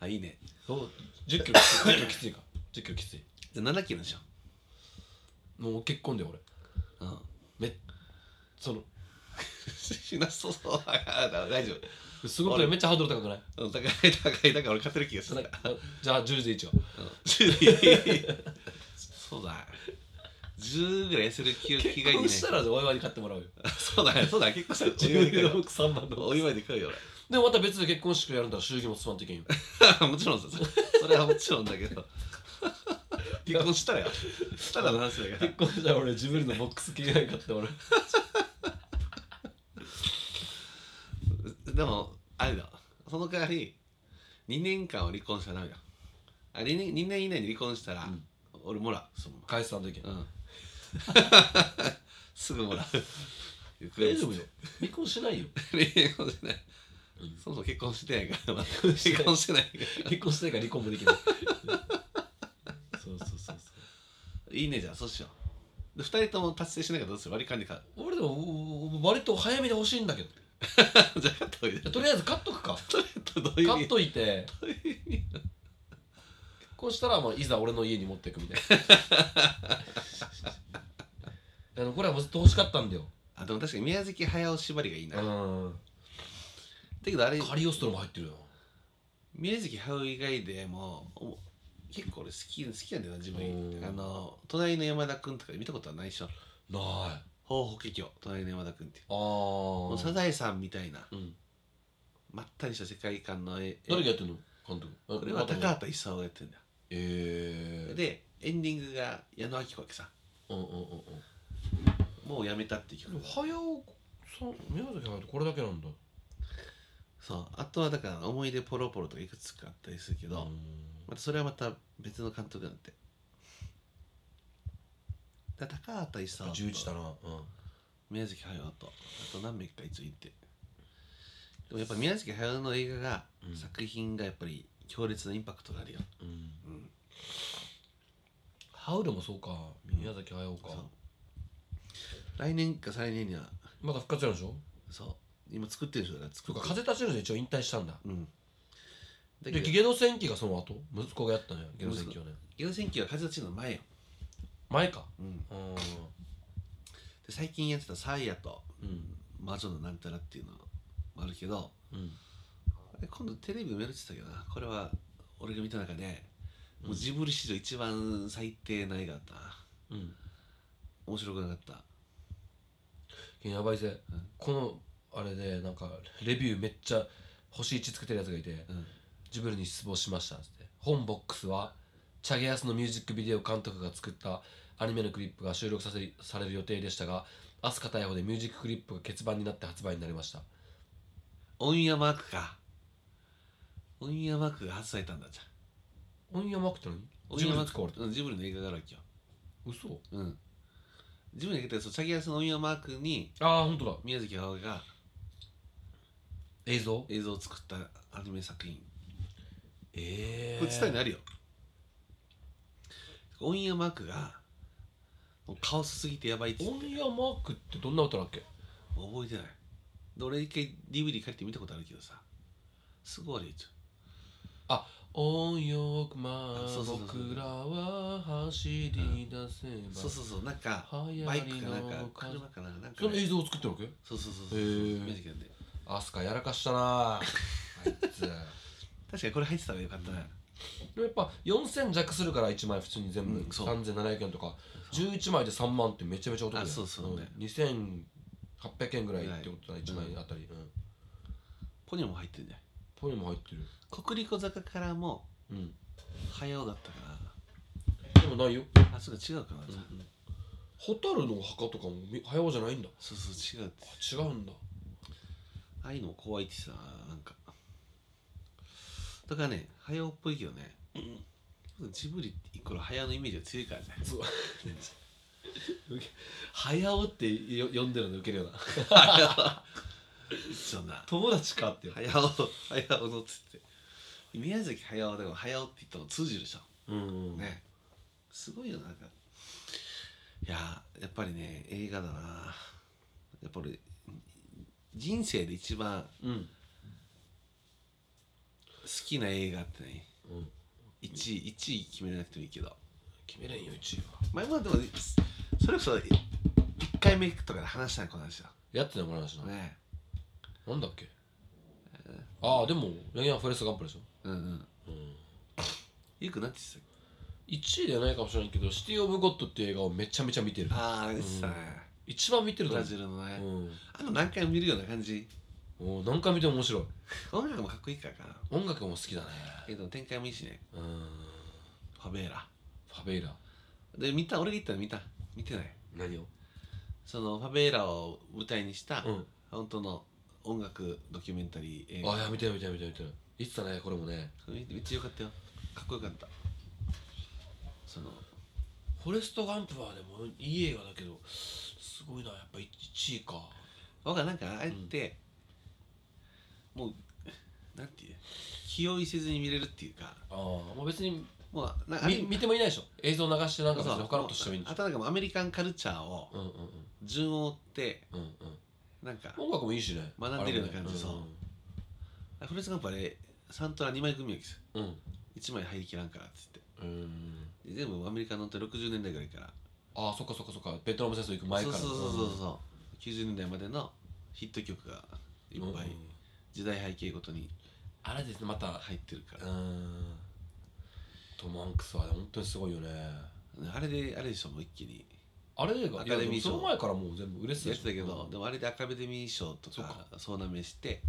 Speaker 6: あいいね
Speaker 5: そう1 0キロ1 0キロきついか1 0キロきつい
Speaker 6: じゃあ7キロでしょ
Speaker 5: もう結婚で俺
Speaker 6: うん
Speaker 5: めその
Speaker 6: しなそうそう大丈
Speaker 5: すごくないめっちゃハードル高くない
Speaker 6: 夫うん高い高い高い俺勝てる気がす
Speaker 5: それ
Speaker 6: る
Speaker 5: あじゃあ10で1は
Speaker 6: そうだ10ぐらい痩せる気が気が
Speaker 5: 結
Speaker 6: いいね
Speaker 5: 婚したらお祝いに買ってもらうよ
Speaker 6: そうだねそうだ結婚したらお祝い
Speaker 5: 10
Speaker 6: で買う
Speaker 5: の
Speaker 6: よ
Speaker 5: 奥さんなの
Speaker 6: お祝いで買うよ俺
Speaker 5: でもまた別で結婚式やるんだら祝儀もつまんといけんよ
Speaker 6: もちろんさそれはもちろんだけど結婚したらよただの話だか
Speaker 5: 結
Speaker 6: ら
Speaker 5: 婚したら俺ジブリのボックス着れないかって俺
Speaker 6: でもあれだその代わり2年間は離婚したらダメだあ 2, 年2年以内に離婚したら、俺もらうそのま
Speaker 5: 返さんといけん
Speaker 6: まうん すぐもらう
Speaker 5: 大丈夫よ離婚しないよ
Speaker 6: 離婚してないそもそも結婚 してないからまだ離婚してないか
Speaker 5: 離婚してないから離婚もできないそうそうそうそ
Speaker 6: らいいねじゃあそうしようで2人とも達成しないからどうする割り勘で買う
Speaker 5: う俺でもお割と早めに欲しいんだけどい
Speaker 6: じゃあ買った方がいいじ
Speaker 5: やとりあえず買っとくか
Speaker 6: ゃんどういう意
Speaker 5: 買
Speaker 6: 味
Speaker 5: っといて結婚したらもういざ俺の家に持っていくみたいな あのこれはもうずっと欲しかったんだよ
Speaker 6: あでも確かに宮崎駿縛りがいいな、
Speaker 5: う
Speaker 6: だ
Speaker 5: ん
Speaker 6: けどあれ
Speaker 5: カリオストロも入ってるよ
Speaker 6: 宮崎駿以外でもお結構俺好き好きなんだよな自
Speaker 5: う
Speaker 6: 分
Speaker 5: ん
Speaker 6: あの隣の山田君とか見たことはないでしょ
Speaker 5: ないあ
Speaker 6: ほうほけきょ隣の山田君っていう
Speaker 5: あ
Speaker 6: もうサ
Speaker 5: ー
Speaker 6: ザエさんみたいな
Speaker 5: うん
Speaker 6: まったりした世界観の絵
Speaker 5: 誰がやってんの監督
Speaker 6: これは高畑勲がやってるんだよ
Speaker 5: ええー、
Speaker 6: でエンディングが矢野顕子わけさ
Speaker 5: うんうんうんうん
Speaker 6: もうやめたっていう曲
Speaker 5: 早尾さん宮崎駿ってこれだけなんだ
Speaker 6: そうあとはだから思い出ポロポロとかいくつかあったりするけど、
Speaker 5: うん
Speaker 6: またそれはまた別の監督なんてだから高畑勲と
Speaker 5: 11だなうん
Speaker 6: 宮崎駿とあと何名か一応いてでもやっぱ宮崎駿の映画が、
Speaker 5: うん
Speaker 6: 作品がやっぱり強烈なインパクトがあるよ、
Speaker 5: うん
Speaker 6: うん
Speaker 5: ハウルもそうか宮崎駿か、
Speaker 6: そう来年か再来年には
Speaker 5: まだ復活やるでしょ
Speaker 6: そう今作ってる人だから
Speaker 5: そ
Speaker 6: 作
Speaker 5: う
Speaker 6: っ
Speaker 5: か
Speaker 6: て
Speaker 5: 風立ちぬで一応引退したんだ
Speaker 6: うんだ
Speaker 5: で
Speaker 6: けど
Speaker 5: ゲド戦記がその後息子がやったのよゲド戦記をね
Speaker 6: ゲド戦記は風立ちぬの前よ、
Speaker 5: 前か
Speaker 6: うん、で
Speaker 5: うん
Speaker 6: 最近やってたサイヤと
Speaker 5: うん
Speaker 6: 魔女のなんたらっていうのもあるけど
Speaker 5: うん
Speaker 6: あれ今度テレビ埋めるって言ってたけどなこれは俺が見た中でもうジブリ史上一番最低な映画だったな
Speaker 5: うん
Speaker 6: 面白くなかった
Speaker 5: やばいぜ、このあれでなんかレビューめっちゃ星1つけてるやつがいて、
Speaker 6: うん
Speaker 5: ジブリに失望しましたっつって本ボックスはチャゲアスのミュージックビデオ監督が作ったアニメのクリップが収録させされる予定でしたがアスカ逮捕でミュージッククリップが欠番になって発売になりました
Speaker 6: オンヤマークかオンヤマークが外されたんだじゃ
Speaker 5: オンヤマークって何
Speaker 6: んオン
Speaker 5: ジ
Speaker 6: ヤ
Speaker 5: ブ
Speaker 6: マ
Speaker 5: リ
Speaker 6: ー
Speaker 5: で使われた
Speaker 6: クうんジブリの映画があるわけよ
Speaker 5: 嘘
Speaker 6: うんジブリの映画ってそうチャギアスのオンヤマークに
Speaker 5: ああ本当だ
Speaker 6: 宮崎駿が
Speaker 5: 映像
Speaker 6: 映像を作ったアニメ作品
Speaker 5: え
Speaker 6: これ伝えにあるよオンヤマークがもうカオスすぎてやばいっつって
Speaker 5: オンヤマークってどんな歌だっけ
Speaker 6: 覚えてないで俺一回 DVD 借りて見たことあるけどさすごい悪いじ
Speaker 5: あオンヤマークま
Speaker 6: あそうそうそうそう
Speaker 5: 僕らは走り出せ
Speaker 6: ゃん
Speaker 5: ば
Speaker 6: そうそうそうなんか
Speaker 5: 流行りの
Speaker 6: バイクかなんか
Speaker 5: 風
Speaker 6: 車かななんか
Speaker 5: その
Speaker 6: ね
Speaker 5: 映像を作ってるわけ
Speaker 6: そうそうそう
Speaker 5: へ
Speaker 6: そう
Speaker 5: ー
Speaker 6: 宮崎なんで
Speaker 5: あアスカやらかしたなあいつ で
Speaker 6: 確かにこれ入ってたらよかったね、
Speaker 5: もやっぱ4000弱するから1枚普通に全部、
Speaker 6: うんそう
Speaker 5: 3700円とか11枚で3万ってめちゃめちゃお得だよ
Speaker 6: あそうそうね
Speaker 5: ん2800円ぐらいってことだね1枚あたり、うん
Speaker 6: ポニョも入ってるね
Speaker 5: ポニョも入ってる
Speaker 6: 国立小坂からも
Speaker 5: うん
Speaker 6: 早尾だったか
Speaker 5: でもないよ
Speaker 6: らあそうか違うかな、
Speaker 5: ホタルの墓とかもみ早尾じゃないんだ
Speaker 6: そうそう違うって
Speaker 5: 違うんだ
Speaker 6: ああいうのも怖いってさなんかだからね早尾っぽいけどね、ジブリイコール早尾のイメージが強いからね
Speaker 5: そう
Speaker 6: 早尾ってよ呼んでるの受ける よなそんな
Speaker 5: 友達かって
Speaker 6: 早尾早尾のっつって宮崎駿でも早尾って言ったの通じるでしょ
Speaker 5: うんうん
Speaker 6: ねすごいよなんかいやーやっぱりね映画だなやっぱり人生で一番
Speaker 5: うん
Speaker 6: 好きな映画ってね
Speaker 5: うん
Speaker 6: 1位1位決めなくてもいいけど
Speaker 5: 決めれんよ1位は
Speaker 6: 前もでもそれこそ1回目とかで話したのこの話だ
Speaker 5: やってたもらうしな
Speaker 6: ね
Speaker 5: なんだっけああでもヤンヤンフォレストガンプでしょ
Speaker 6: うんうんゆうくんなんて言ってたっけ
Speaker 5: 1位ではないかもしれないけどシティ・オブ・ゴッドっていう映画をめちゃめちゃ見てる
Speaker 6: ああ言ってたね
Speaker 5: 一番見てる
Speaker 6: ブ
Speaker 5: と
Speaker 6: ラ
Speaker 5: 思
Speaker 6: ジルのね
Speaker 5: ううん
Speaker 6: あの何回も見るような感じ
Speaker 5: おー何回見ても面白い
Speaker 6: 音楽もかっこいいからかな
Speaker 5: 音楽も好きだね
Speaker 6: けど展開もいいしね
Speaker 5: うん
Speaker 6: ファベーラ
Speaker 5: ファベイラ
Speaker 6: で見た俺が言ったの見た見てない
Speaker 5: 何を
Speaker 6: そのファベーラを舞台にした、
Speaker 5: うん
Speaker 6: 本当の音楽ドキュメンタリー映
Speaker 5: あい
Speaker 6: 画
Speaker 5: や見てる見てる見てる見てる言ってたねこれもね
Speaker 6: めめっちゃよかったよかっこよかったその
Speaker 5: フォレスト・ガンプはでもいい映画だけどすごいなやっぱ1位か
Speaker 6: わかんなんかあえて、もうなんていう気負いせずに見れるっていうか
Speaker 5: ああもう別に
Speaker 6: もうなんかある
Speaker 5: 見見てもいないでしょ映像流してなんか別
Speaker 6: そう
Speaker 5: に他のことしてもいいんで
Speaker 6: あ
Speaker 5: し
Speaker 6: となんかもうアメリカンカルチャーを
Speaker 5: ょうんうん
Speaker 6: 順を追って
Speaker 5: うんうんうん
Speaker 6: なんか
Speaker 5: 音楽もいいしね
Speaker 6: 学んでるような感じ
Speaker 5: あれもね
Speaker 6: フレスガンプあれサントラ2枚組みです
Speaker 5: うん
Speaker 6: 1枚入りきらんからっつって
Speaker 5: うんうんうん
Speaker 6: で全部アメリカのって60年代ぐらいから
Speaker 5: ああそっかそっかそっかベトナム戦争行く前から
Speaker 6: そうそうそうそう
Speaker 5: う
Speaker 6: そう90年代までのヒット曲がいっ
Speaker 5: ん
Speaker 6: ぱい
Speaker 5: うん
Speaker 6: 時代背景ごとに
Speaker 5: あれですねまた
Speaker 6: 入ってるか
Speaker 5: う
Speaker 6: ら、
Speaker 5: んトム・ハンクスは本当にすごいよね
Speaker 6: あれであれでしょもう一気に
Speaker 5: あれが
Speaker 6: アカデミー
Speaker 5: いやでもそ
Speaker 6: 賞
Speaker 5: の前からもう全部売れてた
Speaker 6: や
Speaker 5: で
Speaker 6: っ
Speaker 5: してょ
Speaker 6: たけど、でもあれでアカデミー賞と
Speaker 5: そっ
Speaker 6: か
Speaker 5: か
Speaker 6: 総なめして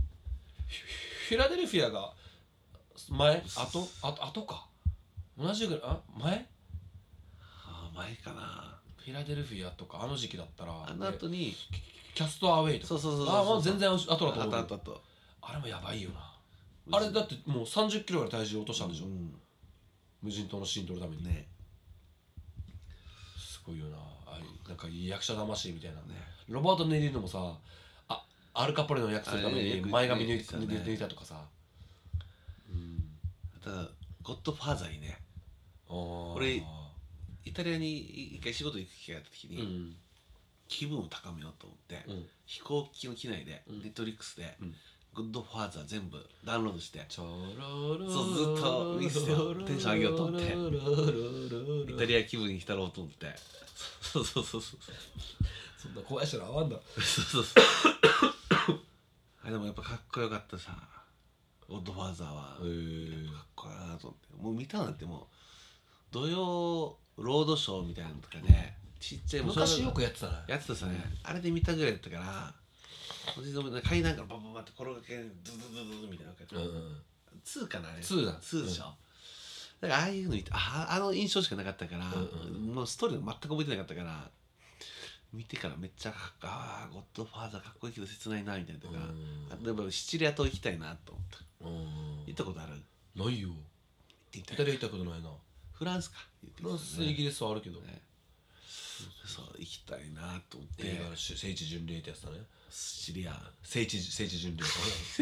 Speaker 5: フィラデルフィアが前あとあとあとか同じぐらいあ前
Speaker 6: ああ前かな
Speaker 5: フィラデルフィアとかあの時期だったら
Speaker 6: あの後に
Speaker 5: キャストアウェイとか
Speaker 6: そうそうそうそう
Speaker 5: あまあ全然後だと思う
Speaker 6: あとあとあ
Speaker 5: けど
Speaker 6: とあと
Speaker 5: あれもやばいよなあれだってもう3 0キロぐらい体重落としたんでしょ、
Speaker 6: うん
Speaker 5: 無人島のシーン撮るために、
Speaker 6: ね
Speaker 5: すごいよなあれなんか役者魂みたいなね
Speaker 6: ね
Speaker 5: ロバート・ネリーノもさあアルカポレの役するため
Speaker 6: あれね
Speaker 5: に
Speaker 6: よく
Speaker 5: 前髪抜い
Speaker 6: 言ってたね
Speaker 5: 抜いたとかさ、うん、
Speaker 6: ただゴッドファーザーにね
Speaker 5: あー
Speaker 6: 俺イタリアに一回仕事行く機会があった時
Speaker 5: う
Speaker 6: に、
Speaker 5: ん
Speaker 6: 気分を高めようと思って、
Speaker 5: うん
Speaker 6: 飛行機の機内で、
Speaker 5: うん
Speaker 6: ネットリックスで、
Speaker 5: うん
Speaker 6: グッドファーザー全部ダウンロードして
Speaker 5: ちょろろ
Speaker 6: そうずっとミスだよテンション上げようと思ってイ
Speaker 5: イ
Speaker 6: タリア気分に浸ろうと思ってそうそうそうそう
Speaker 5: そんな怖い人ら合わんだ
Speaker 6: そうそうそう あでもやっぱかっこよかったさゴッドファーザーは
Speaker 5: へー
Speaker 6: やっぱかっこいいなと思ってもう見たなんてもう土曜ロードショーみたいなのとかねちっちゃいもう
Speaker 5: 昔よくやってたね
Speaker 6: やってたさね、あれで見たぐらいだったからおじいちゃんも階段からバンバンバンって転がけドゥドゥドゥドゥみたい
Speaker 5: う
Speaker 6: な
Speaker 5: ん
Speaker 6: 感
Speaker 5: う
Speaker 6: じ、
Speaker 5: ん
Speaker 6: 2かなあれ
Speaker 5: 2だ
Speaker 6: 2でしょ、だからああいうの見てああの印象しかなかったから、
Speaker 5: うん
Speaker 6: もうストーリー全く覚えてなかったから見てからめっちゃかっああゴッドファーザーかっこいいけど切ないなみたいなとか、
Speaker 5: う
Speaker 6: 例えばシチリア島行きたいなと思った
Speaker 5: うん
Speaker 6: 行ったことある
Speaker 5: ないよ
Speaker 6: 行っ
Speaker 5: イ
Speaker 6: てみ
Speaker 5: タ
Speaker 6: たい
Speaker 5: リア行ったことないな
Speaker 6: フランスか
Speaker 5: フランス
Speaker 6: 行
Speaker 5: イ
Speaker 6: って
Speaker 5: ギリスはあるけど
Speaker 6: たねそう行きたいなと思って
Speaker 5: 映画の聖地巡礼ってやつだね
Speaker 6: シチリア
Speaker 5: 聖地聖地巡礼 あ好き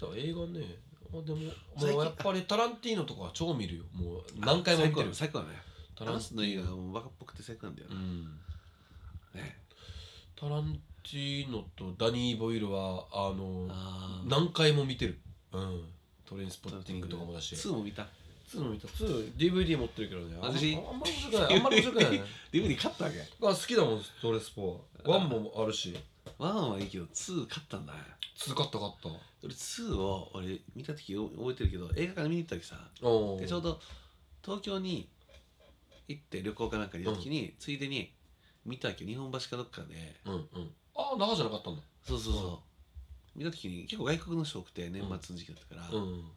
Speaker 5: だ映画ねあでも
Speaker 6: 最近
Speaker 5: もうやっぱりタランティーノとかは超見るよもう何回も見てる
Speaker 6: 最高だね
Speaker 5: タ
Speaker 6: ラ
Speaker 5: ラン
Speaker 6: ンスの映画がもうバカっぽくて最高なんだよ
Speaker 5: う
Speaker 6: ね,、
Speaker 5: ん
Speaker 6: ね
Speaker 5: タランティーノとダニー・ボイルはあの
Speaker 6: あー
Speaker 5: 何回も見てるうんトレインスポッティングとかもだし
Speaker 6: 2も見た
Speaker 5: 2も見た 2DVD 持ってるけどねあんま
Speaker 6: 私
Speaker 5: あんま 面白くないあんまり面白くないね
Speaker 6: DVD 勝ったわけ
Speaker 5: が好きだもんストレスポは1もあるし
Speaker 6: ワンはいいけどツー勝ったんだね
Speaker 5: つかったかった
Speaker 6: 俺ツーを俺見た時お覚えてるけど映画館見に行った時さ
Speaker 5: お
Speaker 6: でちょうど東京に行って旅行かなんかに行った時に、ついでに見たわけよ日本橋かどっかで
Speaker 5: うんうんああ那覇じゃなかったんだ
Speaker 6: そうそうそう見た時に結構外国の人多くて年末の時期だったから、
Speaker 5: うん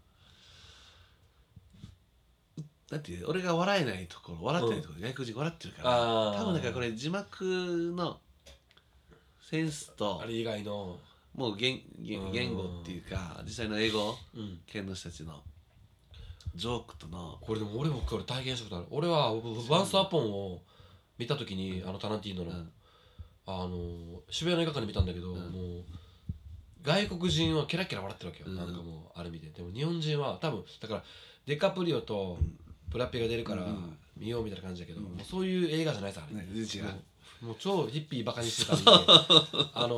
Speaker 6: だって俺が笑えないところ笑ってないところで外国人笑ってるから、
Speaker 5: ああ
Speaker 6: 多分だからこれ字幕のセンスと
Speaker 5: あれ以外の
Speaker 6: もう言言言語っていうか実際の英語
Speaker 5: うん
Speaker 6: 圏の人たちのジョークとの
Speaker 5: これでも俺もこれ体験したことある俺は「ワンスアポン」を見た時にあのタランティーノの、
Speaker 6: うん
Speaker 5: あの渋谷の映画館で見たんだけど、
Speaker 6: うん
Speaker 5: もう外国人はケラケラ笑ってるわけよ、
Speaker 6: うん
Speaker 5: なんかもうあれ見てでも日本人は多分だからデカプリオとブラピが出るから
Speaker 6: うん
Speaker 5: 見ようみたいな感じだけど、もうそういう映画じゃないさあれ、
Speaker 6: ね全然違う
Speaker 5: もうもう超ヒッピーバカにしてたんであの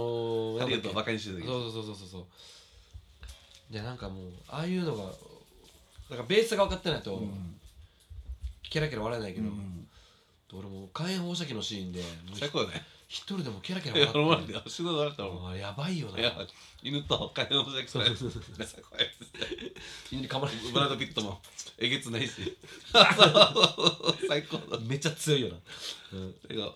Speaker 5: ー、
Speaker 6: ハリウッドをバ
Speaker 5: カ
Speaker 6: カにしてる時
Speaker 5: そうそうそうそうそうでなんかもうああいうのがだからベースが分かってないと、ケラケラ笑えないけど、俺も火炎放射器のシーンでもう
Speaker 6: 最高だね
Speaker 5: 一人でもケラケラ
Speaker 6: いや
Speaker 5: 笑
Speaker 6: マ
Speaker 5: って
Speaker 6: ジで死ぬの笑ったもん
Speaker 5: あやばいよない
Speaker 6: や犬と飼いの無邪気さ
Speaker 5: そうそうそう
Speaker 6: 最高や
Speaker 5: 犬に噛まれて
Speaker 6: ブラッド・ピットもえげつない し最高だ
Speaker 5: めっちゃ強いよな
Speaker 6: 最後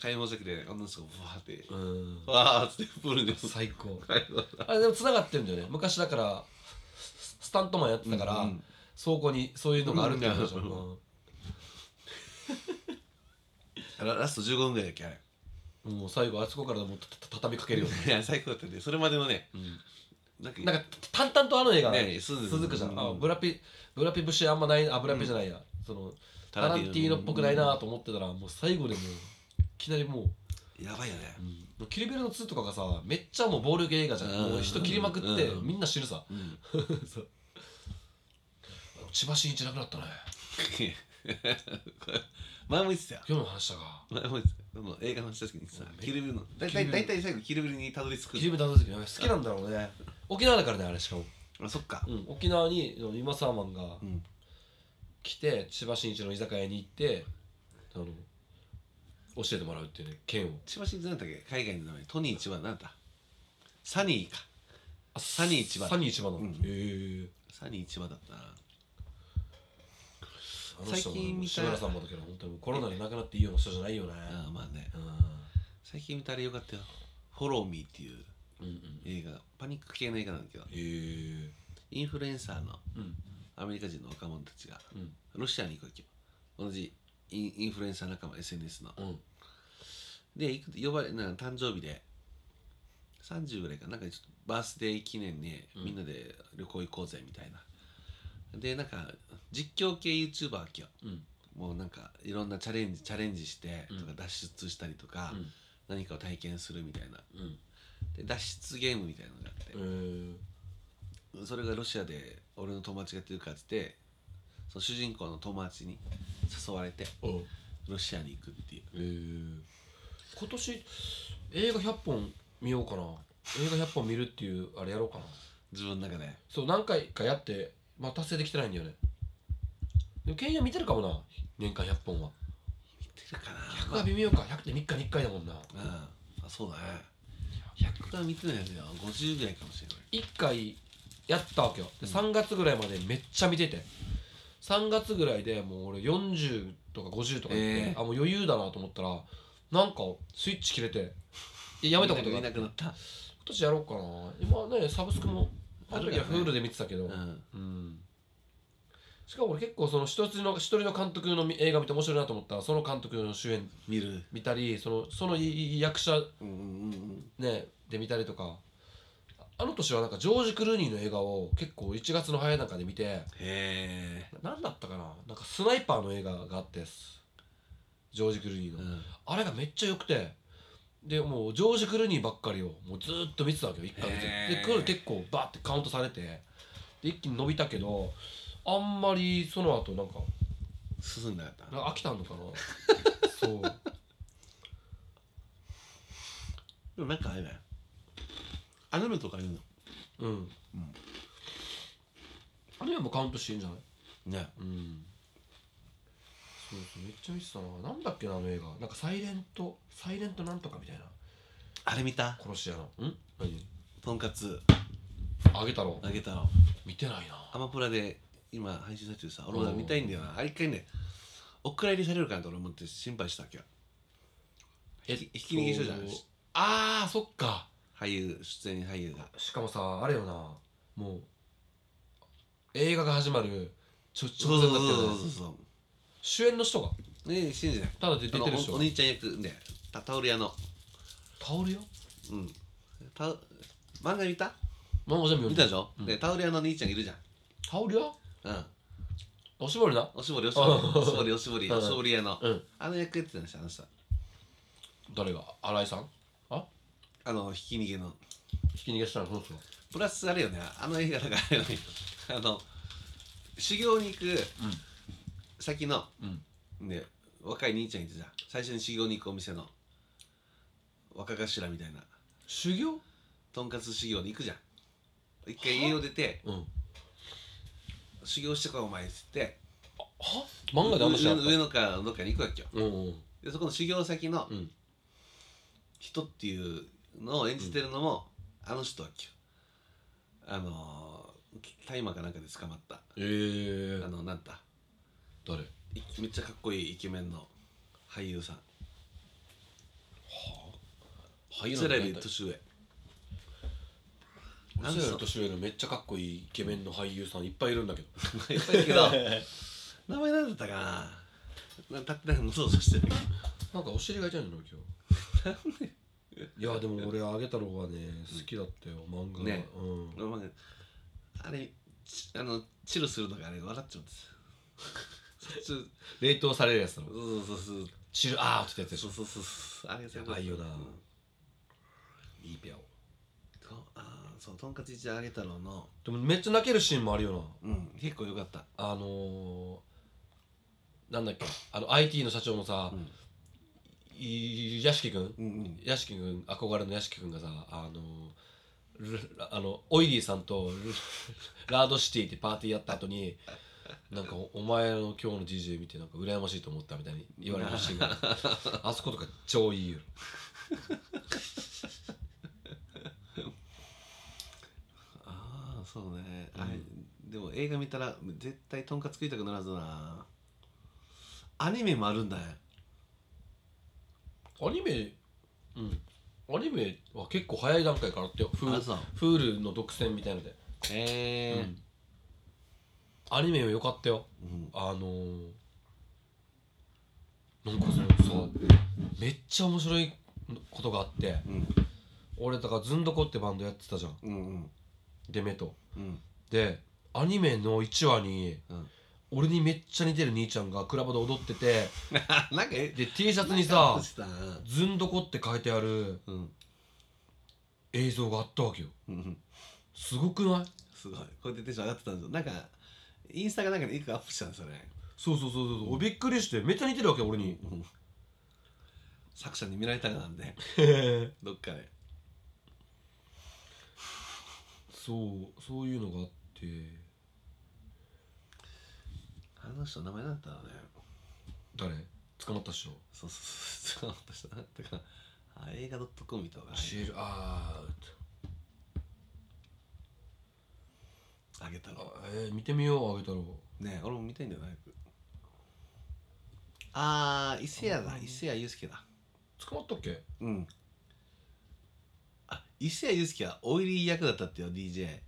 Speaker 6: 買い物先で女の人がわーって
Speaker 5: うん、
Speaker 6: わーってプールに落ちた
Speaker 5: 最高
Speaker 6: 最高だ
Speaker 5: あれでも繋がってるんだよね昔だからススタントマンやってたから、
Speaker 6: うんうん
Speaker 5: 倉庫にそういうのがあるってことでしょ、
Speaker 6: うん
Speaker 5: うん
Speaker 6: ララスト15分ぐらいだっけあれ
Speaker 5: もう最後あそこからもうたた畳みかけるよね、
Speaker 6: いや最高だったねそれまでのねなんか
Speaker 5: なんか淡々とあの映画、
Speaker 6: ねえそうです
Speaker 5: 続くじゃん、
Speaker 6: うん
Speaker 5: あブラピブラピ節あんまないあブラピじゃないや、そのタラ
Speaker 6: タラ
Speaker 5: ン
Speaker 6: ン
Speaker 5: テ
Speaker 6: テ
Speaker 5: ィ
Speaker 6: ィ
Speaker 5: ー
Speaker 6: ー
Speaker 5: ノ
Speaker 6: ノ
Speaker 5: っぽくないなと思ってたらもう最後でもういきなりもう
Speaker 6: やばいよね
Speaker 5: キルビルの2とかがさめっちゃもう暴力映画じゃん
Speaker 6: うん
Speaker 5: もう人切りまくって
Speaker 6: うん
Speaker 5: みんな死ぬさ そう千葉真一亡くなったね
Speaker 6: これ前も言ってたよ
Speaker 5: 今日も話したか
Speaker 6: 前も言ってたその映画の話した時にさキルビルのだいたいだいたい最後キルビルにたどり着く
Speaker 5: キルビルの時好きなんだろうね沖縄だからねあれしかも、
Speaker 6: あそっか
Speaker 5: うん、沖縄に今サーマンが
Speaker 6: うん
Speaker 5: 来て千葉真一の居酒屋に行ってあの教えてもらうっていうね剣を
Speaker 6: 千葉真一なんだっけ海外の名前トニー千葉なんだサニーか
Speaker 5: あ
Speaker 6: サニー千葉
Speaker 5: サニー千葉なの、
Speaker 6: うん
Speaker 5: へえ
Speaker 6: サニー千葉だったな
Speaker 5: あの人
Speaker 6: 最近
Speaker 5: も
Speaker 6: 見た
Speaker 5: 志村さんもだけど本当にコロナで亡くなっていいような人じゃないよね
Speaker 6: ああまあね
Speaker 5: う
Speaker 6: 最近見たあれよかったよ「フォローミー」っていうん
Speaker 5: うんうん
Speaker 6: 映画パニック系の映画なんだけど
Speaker 5: へえ
Speaker 6: インフルエンサーの
Speaker 5: うん
Speaker 6: アメリカ人の若者たちが
Speaker 5: うん
Speaker 6: ロシアに行くわけよ同じインインフルエンサー仲間 SNS の
Speaker 5: うん
Speaker 6: で行く呼ばれなんか誕生日で30ぐらいかななんかちょっとバースデー記念に
Speaker 5: うん
Speaker 6: みんなで旅行行こうぜみたいな、でなんか実況系 YouTuber わけよ
Speaker 5: うん
Speaker 6: もうなんかいろんなチャレンジチャレンジして
Speaker 5: うん
Speaker 6: とか脱出したりとか、
Speaker 5: うん
Speaker 6: 何かを体験するみたいな
Speaker 5: うん
Speaker 6: で脱出ゲームみたいなのがあって
Speaker 5: え、ー
Speaker 6: それがロシアで俺の友達がやってるからっつってその主人公の友達に誘われて
Speaker 5: お
Speaker 6: ロシアに行くっていう
Speaker 5: えー今年映画100本見ようかな映画100本見るっていうあれやろうかな
Speaker 6: 自分の中で
Speaker 5: そう何回かやってまあ達成できてないんだよねでもケンヤ見てるかもな年間100本は
Speaker 6: 行ってるかな
Speaker 5: 100は微妙か100って3日に1回だもんな
Speaker 6: うんあそうだね100は見てないけど50ぐらいかもしれない
Speaker 5: 1回やったわけよで3月ぐらいまでめっちゃ見てて3月ぐらいでもう俺40とか50とか言って、
Speaker 6: えー
Speaker 5: あもう余裕だなと思ったらなんかスイッチ切れていややめたことがあ
Speaker 6: 見
Speaker 5: って
Speaker 6: なくなった
Speaker 5: 今年やろうかな今ねサブスクも、
Speaker 6: うん
Speaker 5: あの時は
Speaker 6: あるよね
Speaker 5: Hulu で見てたけど、
Speaker 6: うん
Speaker 5: うんしかも俺結構その一つの一人の監督の映画見て面白いなと思ったらその監督の主演
Speaker 6: 見る
Speaker 5: 見たりそのその役者、
Speaker 6: うんうんうん
Speaker 5: ね、で見たりとかあの年はなんかジョージ・クルーニーの映画を結構1月の早い中で見て
Speaker 6: へえ
Speaker 5: 何だったかななんかスナイパーの映画があってジョージ・クルーニーの、あれがめっちゃ良くてでもうジョージ・クルーニーばっかりをもうずーっと見てたわけよ1ヶ月
Speaker 6: へー
Speaker 5: でクルー結構バーってカウントされてで一気に伸びたけどあんまりその後なんか
Speaker 6: 進んでなかっ
Speaker 5: な
Speaker 6: た
Speaker 5: んか飽きたのか なそう
Speaker 6: でもなんかあれだよアニメとか言う
Speaker 5: うん、あれはもうカウントしていいんじゃない
Speaker 6: のね
Speaker 5: うんそうそうめっちゃ見てたななんだっけなあの映画なんかサイレントサイレントなんとかみたいな
Speaker 6: あれ見た
Speaker 5: 殺し屋のん何
Speaker 6: とんかつ
Speaker 5: あげたろ
Speaker 6: あげたの
Speaker 5: 見てないな
Speaker 6: アマプラで今配信されてるさ俺も見たいんだよなあ一回ねお蔵入りされるかなと俺思って心配したわけよ
Speaker 5: え
Speaker 6: ひひき逃げしたじゃん
Speaker 5: そうあーそっか
Speaker 6: 俳優出演俳優が
Speaker 5: しかもさあれよなもう映画が始まるちょ直前だったよね
Speaker 6: そうそう
Speaker 5: 主演の人が
Speaker 6: ねえ信じない
Speaker 5: ただで出てる
Speaker 6: あの
Speaker 5: 人
Speaker 6: おお
Speaker 5: が
Speaker 6: 兄ちゃん役でタタオル屋の
Speaker 5: タオルよ
Speaker 6: うんタオ漫画見た
Speaker 5: ママじゃ見
Speaker 6: 見
Speaker 5: た
Speaker 6: たでしょ、でタオル屋の兄ちゃんいるじゃ
Speaker 5: タオルよ
Speaker 6: んうん
Speaker 5: おしぼりな
Speaker 6: おしぼり おしぼりおしぼりおしぼり
Speaker 5: うん
Speaker 6: おしぼり屋の、
Speaker 5: うん
Speaker 6: あの役やってたんですよあの人
Speaker 5: 誰が新井さんあ
Speaker 6: あのひき逃げの
Speaker 5: ひき逃げしたのこの人
Speaker 6: プラスあれよねあの映画だからあれよねあの修行に行く先の、ね若い兄ちゃんいてさ最初に修行に行くお店の若頭みたいな
Speaker 5: 修行
Speaker 6: とんかつ修行に行くじゃん一回家を出て
Speaker 5: うんは
Speaker 6: 修行してこいお前っつって
Speaker 5: 漫画であんましなかっ
Speaker 6: 上上野かどっかに行くわけよ
Speaker 5: たうんうん
Speaker 6: でそこの修行先の
Speaker 5: うん
Speaker 6: 人っていうのを演じてるのも、あの人だっけよあのー大麻かなんかで捕まった
Speaker 5: えー
Speaker 6: あのなんだ
Speaker 5: 誰
Speaker 6: いめっちゃかっこいいイケメンの俳優さん
Speaker 5: 俳
Speaker 6: イスラエル年上
Speaker 5: うちらより年上のめっちゃかっこいいイケメンの俳優さんいっぱいいるんだけど
Speaker 6: いっぱいいるけど名前なんだったかなな立ってないもそうそうしてる
Speaker 5: なんかお尻が痛いんじゃないの今 日いやでも俺あげ太郎はね好きだったよ漫画が
Speaker 6: ね
Speaker 5: うん
Speaker 6: けどまああれちあのチルするのがあれ笑っちゃうんですよ
Speaker 5: 冷凍されるやつだろ
Speaker 6: そうそうそうそう
Speaker 5: チルアートってやつでし
Speaker 6: そ
Speaker 5: ょ
Speaker 6: うそうそうそうあれが最
Speaker 5: や
Speaker 6: 高
Speaker 5: ばいよな
Speaker 6: うん
Speaker 5: いいペアを
Speaker 6: とあーそうとんかつ一あげたのの、
Speaker 5: でもめっちゃ泣けるシーンもあるよな
Speaker 6: うん、結構良かった
Speaker 5: あのー、なんだっけあの IT の社長のさ、
Speaker 6: ん
Speaker 5: い屋敷君
Speaker 6: うんうん
Speaker 5: 屋敷君憧れの屋敷君がさあのールあのオイリーさんとル ラードシティってパーティーやった後になんかおお前の今日の DJ 見てなんか羨ましいと思ったみたいに言われるシーン があそことか超いいよ
Speaker 6: ああそうね、あれでも映画見たら絶対とんかつ食いたくならずなアニメもあるんだね
Speaker 5: アニメうんアニメは結構早い段階からあってよフ
Speaker 6: あ
Speaker 5: ー
Speaker 6: そう
Speaker 5: フールの独占みたいので
Speaker 6: ええ
Speaker 5: アニメは良かったよ
Speaker 6: うん
Speaker 5: あのー、なんかそのさめっちゃ面白いことがあって
Speaker 6: うん
Speaker 5: 俺だからずんどこってバンドやってたじゃん
Speaker 6: うんうん
Speaker 5: デメと
Speaker 6: うん
Speaker 5: でアニメの1話に
Speaker 6: うん
Speaker 5: 俺にめっちゃ似てる兄ちゃんがクラブで踊ってて
Speaker 6: なんかえ
Speaker 5: で T シャツにさ
Speaker 6: した
Speaker 5: 「ずんどこ」って書いてある
Speaker 6: うん
Speaker 5: 映像があったわけよ
Speaker 6: うん
Speaker 5: すごくない
Speaker 6: すごいこうやってテンション上がってたんですよなんかインスタがなんかでいくアップしたんですよね
Speaker 5: そうそうそうそうそうびっくりしてめっちゃ似てるわけよ俺に
Speaker 6: 作者に見られたかなん でどっかで
Speaker 5: そうそういうのがあって
Speaker 6: あの人名前なんだったのね
Speaker 5: 誰捕まったっしょ
Speaker 6: そうそうそうそうあの人なんだったかなあ映画 .com 見た方が
Speaker 5: チルアウト
Speaker 6: あげたろ
Speaker 5: あえー、見てみようあげたろ
Speaker 6: ねえ俺も見たいんだよな早くあー伊勢谷だ伊勢谷友介だ
Speaker 5: 捕まったっけ
Speaker 6: うんあ伊勢谷友介はオイリー役だったってよ DJ
Speaker 5: あ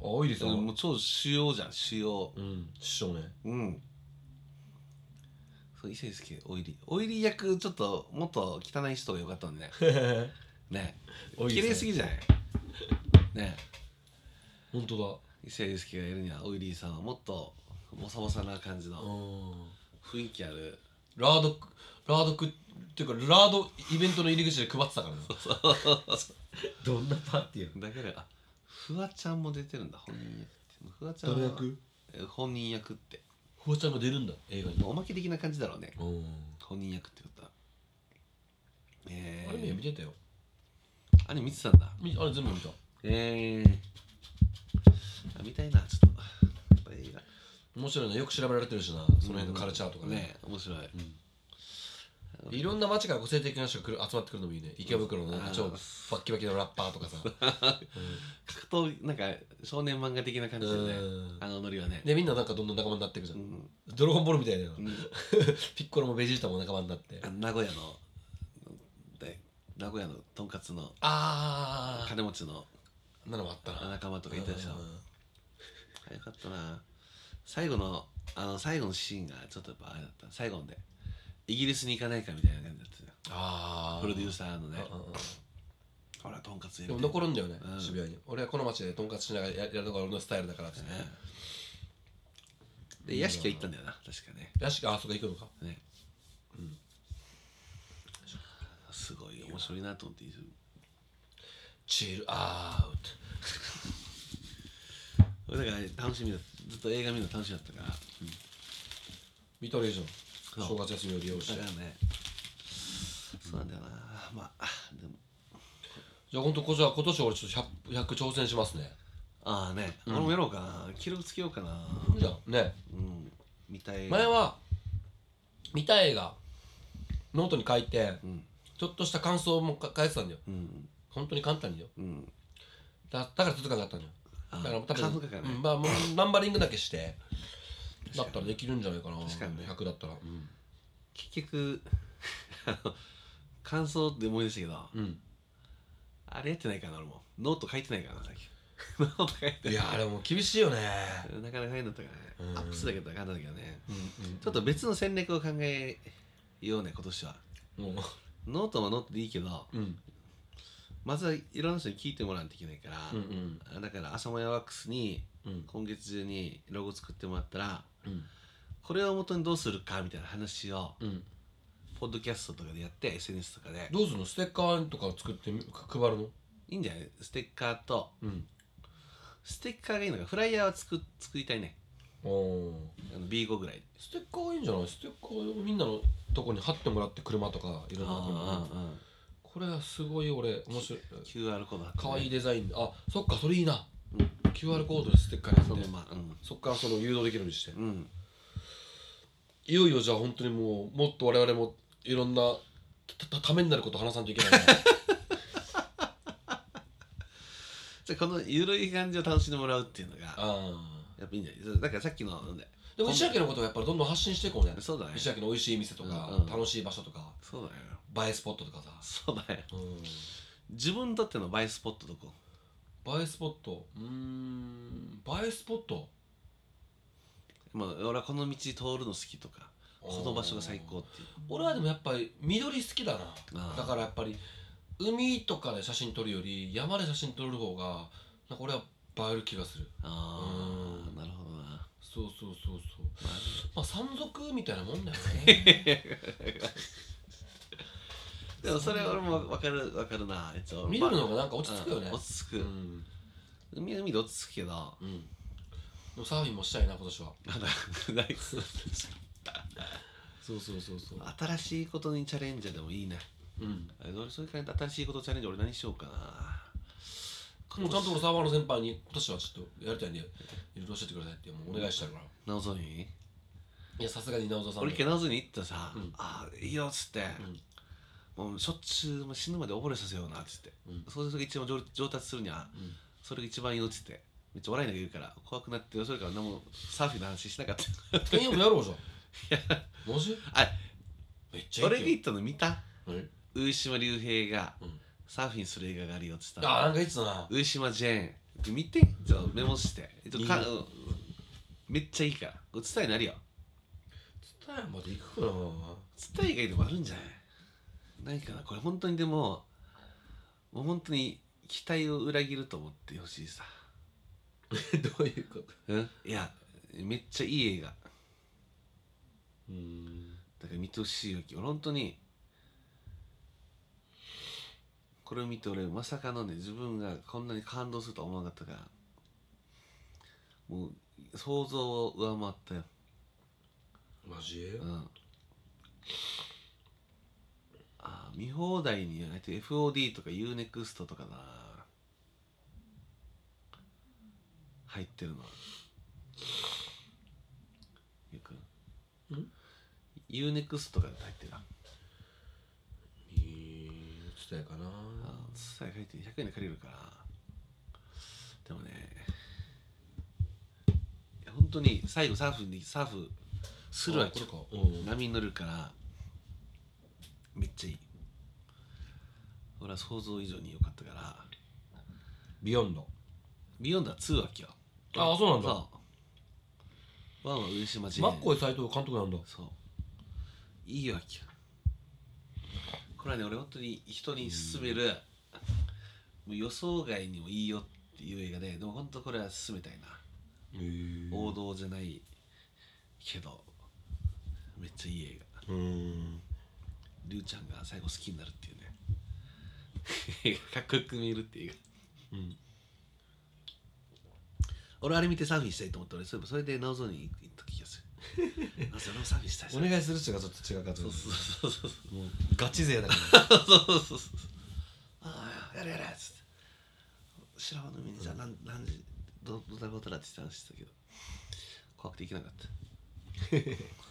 Speaker 5: オイリーさん
Speaker 6: も
Speaker 5: は
Speaker 6: う超主要じゃん主要
Speaker 5: うん師匠ね
Speaker 6: うんそう伊勢谷友介オイリーオイリー役ちょっともっと汚い人が良かったんで ねねえ
Speaker 5: オイリーさん
Speaker 6: 綺麗すぎじゃないね
Speaker 5: 本当
Speaker 6: え伊勢谷友介がやるにはオイリーさんはもっとボサボサな感じ
Speaker 5: だう
Speaker 6: の
Speaker 5: ん
Speaker 6: 雰囲気 ある
Speaker 5: ラードくラードくっていうかラードイベントの入り口で配ってた からねどんなパーティーや
Speaker 6: だけどあフワちゃんも出てるんだ本人役ってフワちゃんはえ本人役って
Speaker 5: フワちゃんが出るんだ映画に
Speaker 6: おまけ的な感じだろうね
Speaker 5: うん
Speaker 6: 本人役ってことはえ
Speaker 5: アニメ
Speaker 6: ー
Speaker 5: 見、てたよ
Speaker 6: アニメ見てたんだ
Speaker 5: みあれ全部見た
Speaker 6: えー、あ見たいなちょっとやっぱ映
Speaker 5: 面白いなよく調べられてるしなその辺のカルチャーとか
Speaker 6: 画
Speaker 5: ね
Speaker 6: ね面白い、
Speaker 5: いろんな街から個性的な人が来る集まってくるのもいいね池袋のなんか超
Speaker 6: あ
Speaker 5: バッキバキのラッパーとかさ
Speaker 6: 格闘なんか少年漫画的な感じだよね
Speaker 5: うん
Speaker 6: あのノリはね
Speaker 5: でみんななんかどんどん仲間になっていくじゃ、
Speaker 6: うんん
Speaker 5: ドラゴンボールみたいだよ、
Speaker 6: ん
Speaker 5: ピッコロもベジータも仲間になって
Speaker 6: あの名古屋ので名古屋のとんかつの
Speaker 5: あー
Speaker 6: 金持ちの
Speaker 5: あんなのもあったな
Speaker 6: 仲間とかいたでしょ
Speaker 5: うん
Speaker 6: あよかったな最後のあの最後のシーンがちょっとやっぱあれだった最後のでイギリスに行かないかみたいな感じだったよ
Speaker 5: ああ
Speaker 6: プロデューサーのね
Speaker 5: うんうん
Speaker 6: ほらとんかつ
Speaker 5: で
Speaker 6: 入れ
Speaker 5: も
Speaker 6: て
Speaker 5: 残るんだよね、
Speaker 6: うん
Speaker 5: 渋谷に俺はこの街でとんかつしながらややるのが俺のスタイルだからっつって、
Speaker 6: で屋敷は行ったんだよな確かね
Speaker 5: 屋敷あそこ行くのか
Speaker 6: ねすごい面白いなと思っている
Speaker 5: チールアウト
Speaker 6: 俺だから楽しみだずっと映画見るの楽しみだったから
Speaker 5: 見とれじゃん
Speaker 6: う
Speaker 5: 正月休みを利用して
Speaker 6: だからねそうなんだよなまあでも
Speaker 5: じゃあ本当こじゃあ今年俺ちょっと 100, 100挑戦しますね
Speaker 6: ああね、俺もやろうかな記録つけようかな
Speaker 5: じゃあね
Speaker 6: うん見たい
Speaker 5: 前は見た映画ノートに書いて、
Speaker 6: ん
Speaker 5: ちょっとした感想もか書いてたんだよ
Speaker 6: うん
Speaker 5: 本当に簡単によ
Speaker 6: うん
Speaker 5: だだから続かなかったんだよ
Speaker 6: あ
Speaker 5: だから多
Speaker 6: 感想
Speaker 5: 分、
Speaker 6: 書かない
Speaker 5: うんまあもうナンバリングだけしてだったらできるんじゃないかな
Speaker 6: 確かにね
Speaker 5: 100だったらうん、
Speaker 6: 結局 あの感想って思い出したけど
Speaker 5: うん
Speaker 6: あれやってないかな俺もノート書いてないからなさっき ノート書いて
Speaker 5: いやあれもう厳しいよね、
Speaker 6: なかなか変だったからね
Speaker 5: うん
Speaker 6: アップするだけだったら簡単だけどね
Speaker 5: うん
Speaker 6: ちょっと別の戦略を考えようね今年は
Speaker 5: うん、も
Speaker 6: ノートはノートでいいけど
Speaker 5: う、うん、
Speaker 6: まずはいろんな人に聞いてもらわないといけないから、
Speaker 5: うんうん
Speaker 6: あだから朝もやワックスに
Speaker 5: うん
Speaker 6: 今月中にロゴ作ってもらったら
Speaker 5: うん
Speaker 6: これを元にどうするかみたいな話を
Speaker 5: うん
Speaker 6: ポッドキャストとかでやって SNS とかで
Speaker 5: どうするのステッカーとか作ってみか配るの
Speaker 6: いいんじゃないステッカーと
Speaker 5: うん
Speaker 6: ステッカーがいいのかフライヤーは作作りたいね
Speaker 5: おお
Speaker 6: あの B5 ぐらい
Speaker 5: ステッカーいいんじゃないステッカーをみんなのとこに貼ってもらって車とかいろんなとこに
Speaker 6: ああ
Speaker 5: これはすごい俺面白い
Speaker 6: QR コード貼ってね
Speaker 5: 可愛いデザインあそっかそれいいな、
Speaker 6: うん
Speaker 5: QR コードでステッカーやって
Speaker 6: そのままうん
Speaker 5: そっからその誘導できるようにして
Speaker 6: うん
Speaker 5: いよいよじゃあ本当にもうもっと我々もいろんなたたためになること話さんといけない な
Speaker 6: じゃあこのゆるい感じを楽しんでもらうっていうのが
Speaker 5: あ
Speaker 6: やっぱいいんじゃないそれだからさっきのなんで
Speaker 5: ーでも石垣のことをやっぱりどんどん発信していこうね
Speaker 6: そうだね
Speaker 5: 石垣の美味しい店とか、
Speaker 6: うんうん
Speaker 5: 楽しい場所とか
Speaker 6: そうだよ
Speaker 5: 映えスポットとかさ、
Speaker 6: そうだよ
Speaker 5: うん、
Speaker 6: 自分にとってのバイスポットどこ
Speaker 5: 映えスポットうーん映えスポット
Speaker 6: まあ俺はこの道通るの好きとかこの場所が最高っていう
Speaker 5: 俺はでもやっぱり緑好きだ
Speaker 6: あ
Speaker 5: な
Speaker 6: ー
Speaker 5: だからやっぱり海とかで写真撮るより山で写真撮る方がなんか俺は映える気がする
Speaker 6: ああなるほどな
Speaker 5: そうそうそうそう
Speaker 6: まあ
Speaker 5: まあ山賊みたいなもんだよ ね
Speaker 6: でもそれ俺も分かる分かるなえっと
Speaker 5: 緑の
Speaker 6: ま
Speaker 5: 方がなんか
Speaker 6: あ
Speaker 5: 落ち着くよね
Speaker 6: うん落ち着
Speaker 5: う
Speaker 6: く
Speaker 5: ん、
Speaker 6: 海は海で落ち着くけどあ
Speaker 5: うん、でもサーフィンもしたいな今年は
Speaker 6: の大好
Speaker 5: そうそうそうそう
Speaker 6: き新しいことにチャレンジャーでもいいな
Speaker 5: うん
Speaker 6: あ俺そういう感じで新しいことチャレンジ俺何しようかな
Speaker 5: もうちゃんと俺サーバーの先輩に今年はちょっとやりたいんでいろいろ教えてくださいってもうお願いしてあるから
Speaker 6: 直そうに
Speaker 5: いやさすがに直蔵さん
Speaker 6: 俺一回直そうに行ったらさ
Speaker 5: うん
Speaker 6: 「ああいいよ」っつってもうしょっちゅう死ぬまで溺れさせようなっつって
Speaker 5: うん
Speaker 6: それが一番上上達するには
Speaker 5: うん
Speaker 6: それが一番いいよっつってめっちゃ笑いながら言うから怖くなってそれから何もサーフィンの話しなかった
Speaker 5: 金曜日やろうじゃんマジ
Speaker 6: あ
Speaker 5: めっちゃい
Speaker 6: 俺
Speaker 5: い
Speaker 6: が
Speaker 5: け
Speaker 6: 行ったの見た
Speaker 5: どはい
Speaker 6: 上島竜兵が
Speaker 5: うん
Speaker 6: サーフィンする映画があるよっつった
Speaker 5: あ
Speaker 6: ら
Speaker 5: なんかいつだな
Speaker 6: 上島ジェーン見てちょっとメモしてちょっとか
Speaker 5: いい
Speaker 6: うんめっちゃいいからこれ伝えになるよ
Speaker 5: ツタヤまで行くかな
Speaker 6: 伝え以外でもあるんじゃないないかなこれ本当にでももう本当に期待を裏切ると思ってほしいさ、
Speaker 5: どういうこと
Speaker 6: うん、いやめっちゃいい映画
Speaker 5: うん
Speaker 6: だから見てほしいよ俺本当にこれを見て俺まさかのね自分がこんなに感動するとは思わなかったからもう想像を上回ったよ、
Speaker 5: マジ
Speaker 6: うん、あ見放題にやられて FOD とか UNEXT とかだな入ってるのよく
Speaker 5: ん
Speaker 6: UNEXT とかで入ってるな
Speaker 5: ツタヤかな
Speaker 6: ツタヤ借りて200円で借りるからでもねいや本当に最後サーフにサーフするわ
Speaker 5: あこ
Speaker 6: け
Speaker 5: れかうん
Speaker 6: 波に乗るからめっちゃいい俺は想像以上に良かったから
Speaker 5: ビヨンド
Speaker 6: ビヨンドは2わけよ
Speaker 5: あそうなんだ
Speaker 6: そうワンは上島ジ
Speaker 5: マッコイ斎藤監督なんだ
Speaker 6: そういいわけよこれはね俺本当に人に勧める、もう予想外にもいいよっていう映画ででも本当これは勧めたいな、
Speaker 5: へえ
Speaker 6: 王道じゃないけどめっちゃいい映画
Speaker 5: うん
Speaker 6: りゅうちゃんが最後好きになるっていうね かっこよく見えるっていう映画
Speaker 5: うん
Speaker 6: 俺あれ見てサーフィンしたいと思って俺そういえばそれで直ゾに行った気がするあそれもサーフィンしたい
Speaker 5: お願いする人がちょっと違うかった
Speaker 6: そうそうそうそう
Speaker 5: もうガチ勢だか
Speaker 6: そうそうそうそうああやれやれっつって白羽の海にじゃあ何何時どどんなことだって話してたけど怖くて行けなかった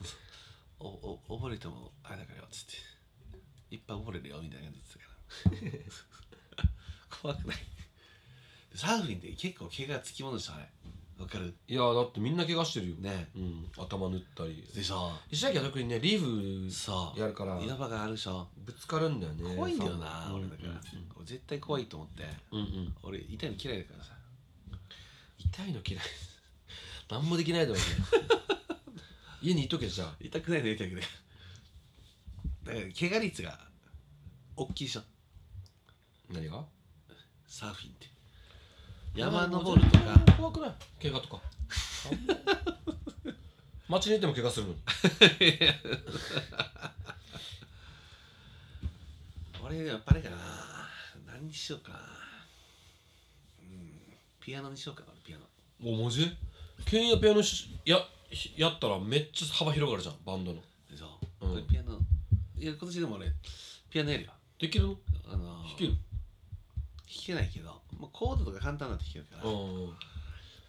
Speaker 6: おお溺れてもあれだからよっつっていっぱい溺れるよみたいな感じで言って たから怖くないサーフィンって結構怪我つきものでしょあれわかる
Speaker 5: ら いやだってみんな怪我してるよ
Speaker 6: ね
Speaker 5: うん頭縫ったり
Speaker 6: でしょ
Speaker 5: 石垣は特にねリーフ
Speaker 6: そう
Speaker 5: やるから
Speaker 6: 岩場があるでしょ
Speaker 5: ぶつかるんだよね
Speaker 6: 怖いんだよな
Speaker 5: そう
Speaker 6: 俺だから俺絶対怖いと思って
Speaker 5: うんうん
Speaker 6: 俺痛いの嫌いだからさ
Speaker 5: 痛いの嫌い 何もできないだ ろうね家にいとけじゃあ
Speaker 6: 痛くないの痛くないだから怪我率が大きいでしょ
Speaker 5: 何が
Speaker 6: サーフィンって山登るとか
Speaker 5: 怖くない怪我と か街にいても怪我するのに
Speaker 6: 俺やっぱりかな何にしようかな、うん、ピアノにしようかな俺ピアノ
Speaker 5: おマジケンやピアノしややったらめっちゃ幅広がるじゃんバンドの
Speaker 6: でしょ、
Speaker 5: うん
Speaker 6: 俺ピアノいや今年でも俺ピアノやるよ
Speaker 5: できるの
Speaker 6: あの
Speaker 5: 弾ける
Speaker 6: 弾けないけど、まあ、コードとか簡単なの弾けるから、
Speaker 5: うん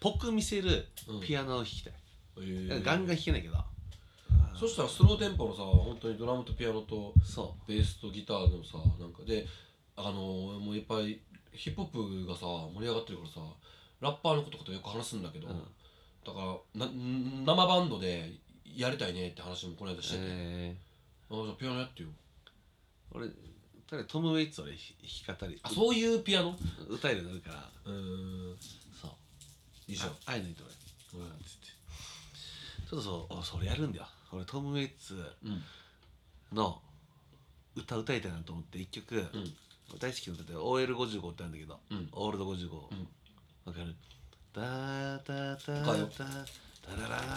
Speaker 6: ぽく見せる
Speaker 5: うん
Speaker 6: ピアノを弾きたい、
Speaker 5: えー
Speaker 6: ガンガン弾けないけど
Speaker 5: そしたらスローテンポのさ本当にドラムとピアノと
Speaker 6: そ
Speaker 5: ベースとギターのさなんかであのーもういっぱいヒップホップがさ盛り上がってるからさラッパーの子とかとよく話すんだけど、
Speaker 6: うん
Speaker 5: だからなん生バンドでやりたいねって話もこの間
Speaker 6: う
Speaker 5: してて、
Speaker 6: え
Speaker 5: あじゃあピアノやってよ
Speaker 6: ー俺ただトム・ウェイツ俺弾き語り
Speaker 5: あそういうピアノ
Speaker 6: 歌えるようになるから
Speaker 5: うーん
Speaker 6: そう
Speaker 5: いいじゃん
Speaker 6: あ会えないと俺
Speaker 5: うん
Speaker 6: つってちょっとそうあそれやるんだよ俺トム・ウェイツ
Speaker 5: うん
Speaker 6: の歌歌いたいなと思って一曲、
Speaker 5: ん
Speaker 6: 大好きな歌で OL55 ってあるんだけど、
Speaker 5: うん
Speaker 6: オールド55わ、かるダーダーダー
Speaker 5: 歌
Speaker 6: ダ
Speaker 5: う
Speaker 6: ー
Speaker 5: よ
Speaker 6: ダララララララ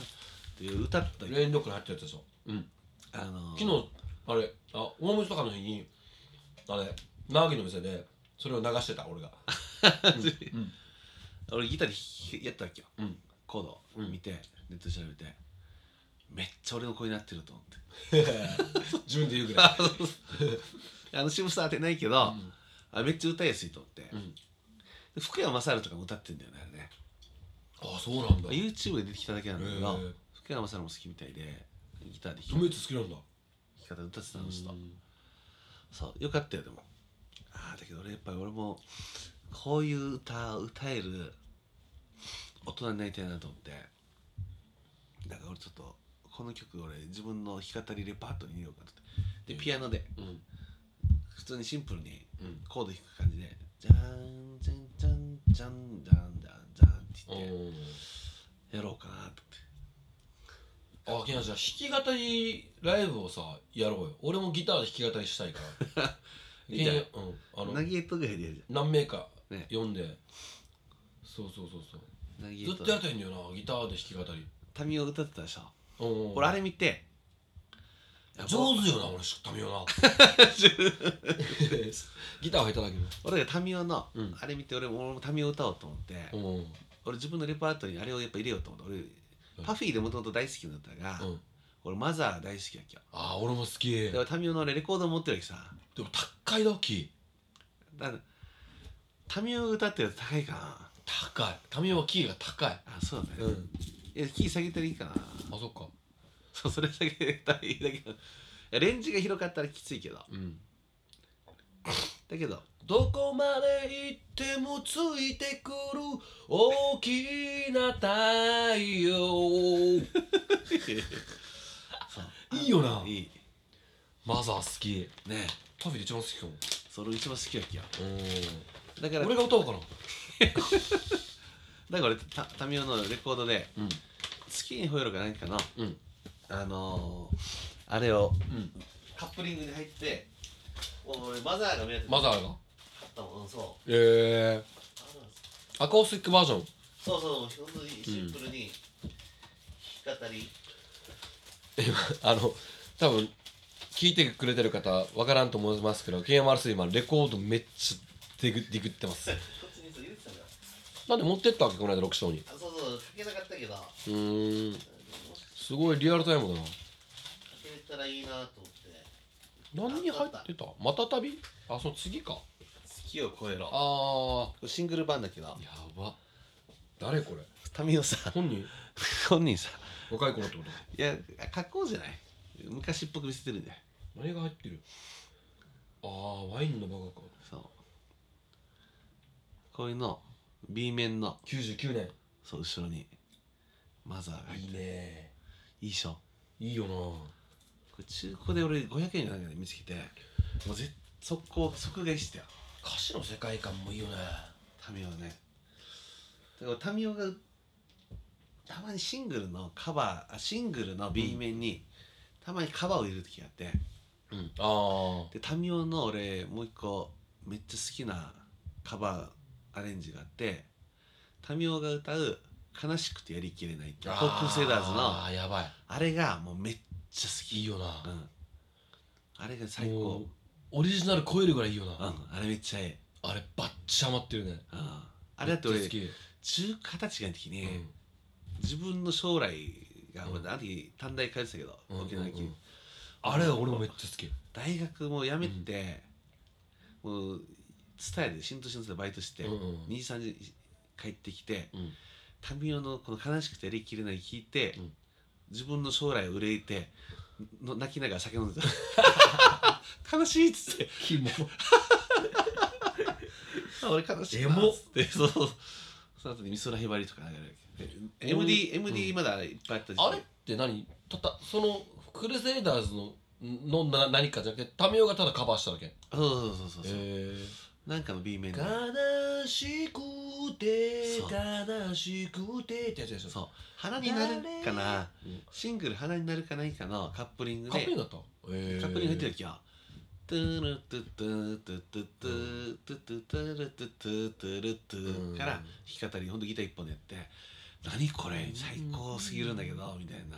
Speaker 6: っていう歌ったよ
Speaker 5: レインドックに入ってるやつでしょ、うん、
Speaker 6: あのー
Speaker 5: 昨日あれあ大虫とかの日にあれ長木の店でそれを流してた 俺が
Speaker 6: 俺ギターで弾きやったわけよ、
Speaker 5: うん
Speaker 6: コードを見て、ネットで調べてめっちゃ俺の声になってると思って
Speaker 5: 自分で言うぐ らい
Speaker 6: あの渋さ当てないけど、あめっちゃ歌いやすいと思って、
Speaker 5: ん
Speaker 6: で福山雅治とかも歌ってんだよねあれね
Speaker 5: あそうなんだ
Speaker 6: YouTube で出てきただけなんだけど、
Speaker 5: へえ
Speaker 6: 福山雅治も好きみたいでギターで
Speaker 5: トム
Speaker 6: 弾
Speaker 5: イツ好きなんだ
Speaker 6: き方歌ってたのちょっとそうよかったよでもああだけど俺やっぱり俺もこういう歌を歌える大人になりたいなと思ってだから俺ちょっとこの曲俺自分の弾き語りレパートリーに入れようかなと思ってでピアノで
Speaker 5: うん
Speaker 6: 普通にシンプルに
Speaker 5: うん
Speaker 6: コード弾く感じで、じゃんじゃんじゃんじゃんじゃんじゃんじゃんって
Speaker 5: お
Speaker 6: 言って
Speaker 5: ー
Speaker 6: やろうかなと思って
Speaker 5: あけなじゃあ弾き語りライブをさやろうよ俺もギターで弾き語りしたいから
Speaker 6: いいんじゃない
Speaker 5: けんうんあ
Speaker 6: ナ
Speaker 5: の
Speaker 6: ギエットぐらいでやるじ
Speaker 5: 何名か
Speaker 6: ね
Speaker 5: 読んで、そうそうそうそう
Speaker 6: ゃんナギエ
Speaker 5: ず
Speaker 6: ッ
Speaker 5: っとやっ
Speaker 6: ト
Speaker 5: てんだよなギターで弾き語り
Speaker 6: 民を歌ってたでしょ
Speaker 5: うん
Speaker 6: 俺あれ見て
Speaker 5: 上手よな俺知ったみよな ギターは下手だけ
Speaker 6: 俺が民オの、
Speaker 5: うん
Speaker 6: あれ見て俺も俺も民オ歌おうと思って、
Speaker 5: どうんうん
Speaker 6: 俺自分のレパートリーにあれをやっぱ入れようと思って俺パフィーでもともと大好きな歌が、俺マザー大好きやっけよ
Speaker 5: ああ俺も好きで
Speaker 6: で
Speaker 5: も
Speaker 6: 俺民オの俺レコード持ってるわけさ
Speaker 5: 高いだキ
Speaker 6: だから民オ歌ってるやつ高いかな
Speaker 5: ー高いタミオはキーが高い
Speaker 6: あそうだ
Speaker 5: う
Speaker 6: ね、
Speaker 5: ん
Speaker 6: いやキー下げたらいいかな
Speaker 5: あそっか
Speaker 6: そうそれ下げたらいいだけどいやレンジが広かったらきついけど
Speaker 5: うん
Speaker 6: だけど
Speaker 5: どこまで行ってもついてくる大きな太 陽いいよない
Speaker 6: い
Speaker 5: マザー好き
Speaker 6: ね
Speaker 5: 旅で一番好きかも
Speaker 6: それ一番好きやっけや
Speaker 5: う
Speaker 6: だから
Speaker 5: ん俺が歌おうかな
Speaker 6: だから俺たタミオのレコードで
Speaker 5: うん
Speaker 6: 「月に吠えろ」か何かの
Speaker 5: うん
Speaker 6: あのー、あれを
Speaker 5: うん
Speaker 6: カップリングに入って俺マザーが目当て
Speaker 5: マ
Speaker 6: だ
Speaker 5: ザーが
Speaker 6: ったもんそう
Speaker 5: ええアコースティックバージョン
Speaker 6: そうそう本当にシンプルに弾き語り、
Speaker 5: 今あの多分聞いてくれてる方わからんと思いますけど KMR3 今レコードめっちゃディグディグってます
Speaker 6: こっちにそう言ってたんだ
Speaker 5: なんで持ってったわけこの間6章に
Speaker 6: あそうそうかけなかったけどか
Speaker 5: うーんすごいリアルタイムだな
Speaker 6: けれたらいいなと思って
Speaker 5: 何に入ってたまた旅あその次か
Speaker 6: 月を超えろ
Speaker 5: あ
Speaker 6: シングル版だけど
Speaker 5: ーやば誰これ
Speaker 6: タミオさ
Speaker 5: 本人
Speaker 6: 本人さ
Speaker 5: 若い頃ってこと
Speaker 6: いや格好じゃない昔っぽく見せてるんだよ
Speaker 5: 何が入ってるああワインのバカか
Speaker 6: そうこういうの B 面の
Speaker 5: 99年
Speaker 6: そう後ろにマザーがい
Speaker 5: いい
Speaker 6: い
Speaker 5: ね
Speaker 6: いいでしょ
Speaker 5: いいよな
Speaker 6: これ中古で俺500円の中で見つけてもうぜ速攻即買いしてよ
Speaker 5: 歌詞の世界観もいいよね
Speaker 6: タミオねだからタミオがたまにシングルのカバーあシングルの B 面に、たまにカバーを入れる時があって
Speaker 5: うんあ
Speaker 6: でタミオの俺もう一個めっちゃ好きなカバーアレンジがあってタミオが歌う「悲しくてやりきれない」って
Speaker 5: あ
Speaker 6: ポップセダーズ
Speaker 5: あ
Speaker 6: の
Speaker 5: ーやばい
Speaker 6: あれがもうめっちゃ好き
Speaker 5: いいよ
Speaker 6: う
Speaker 5: な、
Speaker 6: ん、あれが最
Speaker 5: も
Speaker 6: 高
Speaker 5: う、オリジナル超えるぐらいいいよ
Speaker 6: うん、
Speaker 5: な、
Speaker 6: あれめっちゃええ、
Speaker 5: あれバッチハマってるね
Speaker 6: うん、あれだって俺
Speaker 5: めっ
Speaker 6: 中
Speaker 5: ちゃ
Speaker 6: 二十歳ぐらいの時に、
Speaker 5: 好き、
Speaker 6: 自分の将来が
Speaker 5: うん
Speaker 6: 俺あの時短大通ってたけど、
Speaker 5: うんうん
Speaker 6: 沖縄に、
Speaker 5: うんあれ俺もめっちゃ好き
Speaker 6: 大学も辞めて、もう蔦屋で新都心でバイトして、
Speaker 5: うんうん
Speaker 6: 2時3時帰ってきて
Speaker 5: うん
Speaker 6: タミオのこの悲しくてやりきれない聞いて、
Speaker 5: うん
Speaker 6: 自分の将来を憂いての泣きながら酒飲んで た悲しいっつって
Speaker 5: キモ
Speaker 6: あ俺悲しい
Speaker 5: エモ
Speaker 6: っつってそうその後に美空ひばりとか流れるわけで MD, MD まだいっぱいあった時期
Speaker 5: あれって何たったそのクルセイダーズののな何かじゃなくてタミオがただカバーしただけへ
Speaker 6: そうそうそうそうそう、
Speaker 5: え
Speaker 6: なんかの B 面で
Speaker 5: 悲しくて
Speaker 6: そう
Speaker 5: 悲しくてってやつでしょ
Speaker 6: そう花になるかな
Speaker 5: うん
Speaker 6: シングル「花になるかないか」のカップリング
Speaker 5: カッ
Speaker 6: で
Speaker 5: プリングだったへえ
Speaker 6: カップリング入ってる時は「トゥルトゥトゥトゥトゥトゥトゥトゥトゥルトゥトゥトゥルト
Speaker 5: うん
Speaker 6: ゥ」から弾き語りほんとギター一本でやって「何これ最高すぎるんだけど」みたいな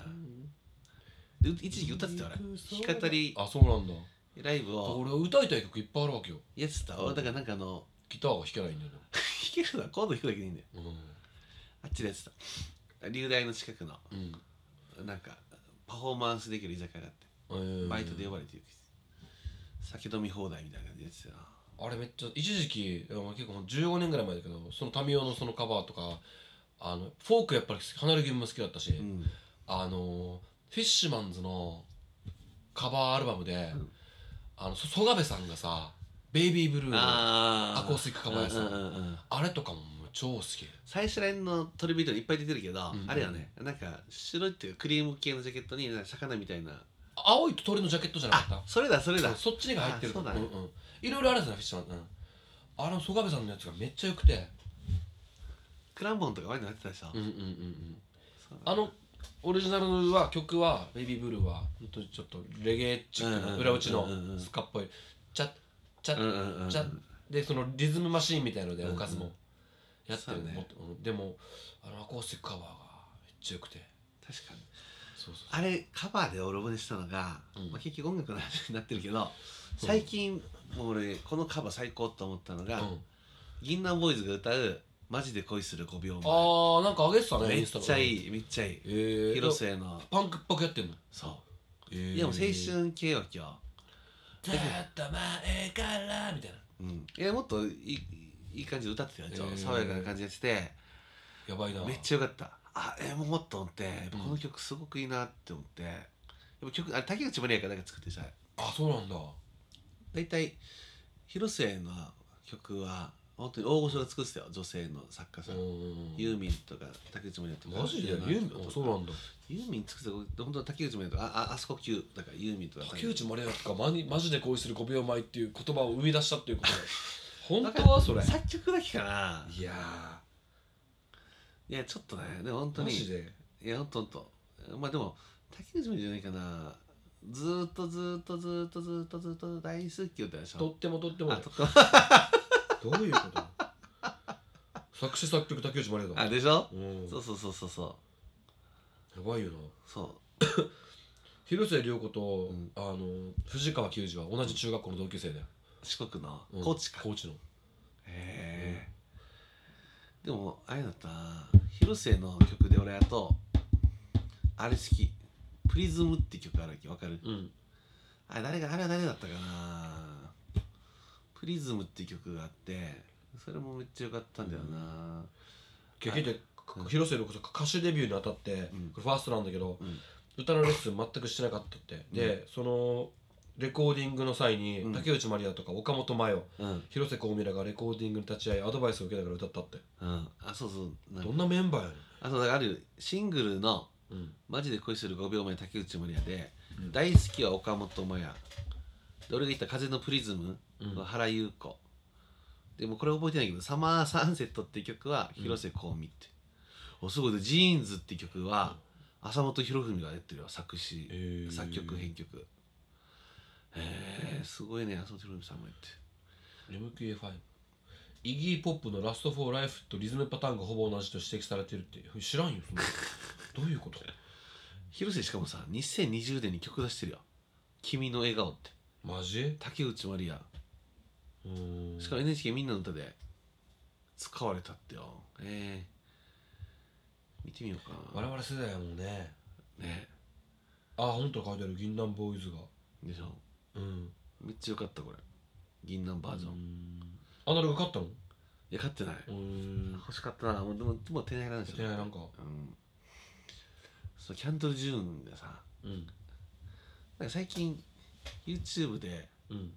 Speaker 6: で一時期歌ってたよ俺弾き語り
Speaker 5: あそうなんだ
Speaker 6: ライブを
Speaker 5: 俺歌いたい曲いっぱいあるわけよ
Speaker 6: やってた俺だからなんかあの
Speaker 5: ギターが弾けないんだよ
Speaker 6: 弾けるのはコード弾くだけでいいんだよ
Speaker 5: な
Speaker 6: あっちでやってた流大の近くの
Speaker 5: うん
Speaker 6: なんかパフォーマンスできる居酒屋があ
Speaker 5: う
Speaker 6: って
Speaker 5: ん
Speaker 6: バイトで呼ばれてる酒飲み放題みたいな感じでやってたな
Speaker 5: あれめっちゃ一時期いやもう結構もう15年ぐらい前だけどそのタミオのそのカバーとかあのフォークやっぱり離れ気味も好きだったし、
Speaker 6: うん
Speaker 5: あのフィッシュマンズのカバーアルバムで、あのそ曽我部さんがさ「ベイビーブルーの」あ
Speaker 6: あ
Speaker 5: アコースティックカバーやつ
Speaker 6: うんうんうん
Speaker 5: れとかももう超好き
Speaker 6: 最初らへんのトリビュートにいっぱい出てるけど、
Speaker 5: うん
Speaker 6: あれはねなんか白いっていうかクリーム系のジャケットになんか魚みたいな
Speaker 5: 青い鳥のジャケットじゃなか
Speaker 6: あ
Speaker 5: っ
Speaker 6: それだそれ
Speaker 5: た
Speaker 6: だ
Speaker 5: そうそっちが入ってる
Speaker 6: あそうだね
Speaker 5: んうん、いろいろあるんですよフィッシュマンズ、うん、あの曽我部さんのやつがめっちゃ良くて
Speaker 6: クランボンとかワインの入ってたでしょ、
Speaker 5: うんうんうんうん
Speaker 6: そうだ
Speaker 5: あのオリジナルは曲は「ベイビーブルー」は本当にちょっとレゲエチック
Speaker 6: うんうんう
Speaker 5: なん裏打ちの
Speaker 6: うんうん
Speaker 5: スカっぽいチャッチャ
Speaker 6: うん
Speaker 5: ッ
Speaker 6: うんうん
Speaker 5: チャッでそのリズムマシーンみたいので
Speaker 6: うんう
Speaker 5: お
Speaker 6: ん
Speaker 5: かずもやってる
Speaker 6: そうね
Speaker 5: ねでもあのアコースティックカバーがめっちゃよくて
Speaker 6: 確かに
Speaker 5: そうそう
Speaker 6: あれカバーで俺覚えしたのが、
Speaker 5: うん
Speaker 6: まあ、結局音楽の話になってるけ
Speaker 5: そ
Speaker 6: ど
Speaker 5: う
Speaker 6: 最近もう俺このカバー最高と思ったのが、
Speaker 5: うん
Speaker 6: 銀杏ボーイズが歌う「マジで恋する5秒前」
Speaker 5: あーなんか上げてたね
Speaker 6: めっちゃ
Speaker 5: い
Speaker 6: いいめっちゃいい
Speaker 5: え
Speaker 6: 広末の
Speaker 5: パンクっぽくやってんの
Speaker 6: そ
Speaker 5: え
Speaker 6: う
Speaker 5: ー
Speaker 6: いやもう青春系は今
Speaker 5: ずっと前からみたいな
Speaker 6: 日うんいやもっといいいい感じで歌ってたよちょっと
Speaker 5: えー
Speaker 6: 爽やかな感じやってて
Speaker 5: やばいな
Speaker 6: めっちゃよかったあえもうもっと思ってやっぱこの曲すごくいいなって思ってやっぱ曲あれ竹内まりやがなんか作ってさ
Speaker 5: あそうなんだ
Speaker 6: 大体広末の曲は本当に大御所が作ってたよ女性の作家さん
Speaker 5: うん
Speaker 6: ユーミンとか竹内まりやとか
Speaker 5: マジでユーミンあそうなんだ
Speaker 6: ユーミン作ってた本当は竹内まりやとかあああそこ級だからユーミンとか
Speaker 5: 竹内まりやがマニマジで恋する5秒前っていう言葉を生み出したっていうことだ 本当はそれ
Speaker 6: 作曲だけかない
Speaker 5: や
Speaker 6: いやちょっとねでも本
Speaker 5: ー
Speaker 6: 当
Speaker 5: マ
Speaker 6: に
Speaker 5: ジで
Speaker 6: いやほんとほんとまあでも竹内まりやじゃないかなずーっとずーっとずーっとずーっとずーっと大好きよってでし
Speaker 5: と
Speaker 6: ょ
Speaker 5: ってもとっても
Speaker 6: あ
Speaker 5: だよ
Speaker 6: とっと
Speaker 5: どういうこと作詞作曲竹内まりやだ
Speaker 6: あでしょ
Speaker 5: うん
Speaker 6: そうそうそうそうそう
Speaker 5: やばいよな
Speaker 6: そ
Speaker 5: 広末涼子と、
Speaker 6: うん
Speaker 5: あの藤川球児は同じ中学校の同級生だよ、
Speaker 6: う四国の
Speaker 5: うん
Speaker 6: 高知か、
Speaker 5: 高知の
Speaker 6: へえでもあれだったな広末の曲で俺あとあれ好き「プリズム」って曲あるわけわかる
Speaker 5: うん
Speaker 6: あれ誰があれは誰だったかな「プリズム」って曲があってそれもめっちゃ良かったんだよな、
Speaker 5: 結局
Speaker 6: うん
Speaker 5: 広末涼子さん歌手デビューにあたって、
Speaker 6: うん
Speaker 5: これファーストなんだけど、
Speaker 6: うん
Speaker 5: 歌のレッスン全くしてなかったって、でそのレコーディングの際に、
Speaker 6: うん
Speaker 5: 竹内まりやとか岡本真代
Speaker 6: うん
Speaker 5: 広瀬香美らがレコーディングに立ち会いアドバイスを受けながら歌ったって、
Speaker 6: うん、あそうそうなん
Speaker 5: どん
Speaker 6: か
Speaker 5: なメンバーやね
Speaker 6: あそうだからあるよシングルの
Speaker 5: ん、うん
Speaker 6: 「マジで恋する5秒前竹内まりや」で
Speaker 5: う
Speaker 6: 「
Speaker 5: ん
Speaker 6: 大好きは岡本真也」で俺が言った「風のプリズム」
Speaker 5: うん
Speaker 6: は原優子、でもこれ覚えてないけど「サマーサンセット」って曲は広瀬香美って、おすごいで「ジーンズ」って曲は浅本博文がやってるよ作詞、
Speaker 5: へー
Speaker 6: 作曲編曲へえすごいね浅本博文さんもやってる
Speaker 5: MQA5 イギー・ポップの「ラスト・フォー・ライフ」とリズムパターンがほぼ同じと指摘されてるって知 らんよそんなのどういうこと
Speaker 6: 広瀬しかもさ2020年に曲出してるよ「君の笑顔」って
Speaker 5: マジ
Speaker 6: 竹内まりや
Speaker 5: うーん
Speaker 6: しかも NHK みんなの歌で使われたってよええ見てみようか
Speaker 5: 我々世代やもんね
Speaker 6: なね
Speaker 5: あ本と書いてある銀杏ボーイズが
Speaker 6: でしょ
Speaker 5: うん
Speaker 6: めっちゃよかったこれ銀杏バージョン、
Speaker 5: う
Speaker 6: い
Speaker 5: んアナログ買ったのう
Speaker 6: や買ってない
Speaker 5: ーん
Speaker 6: 欲しかったなもうでももう手に入らないでしょ
Speaker 5: 手に入らんか
Speaker 6: うんそうキャンドルジューンでさ
Speaker 5: うん
Speaker 6: なんか最近 YouTube で
Speaker 5: うん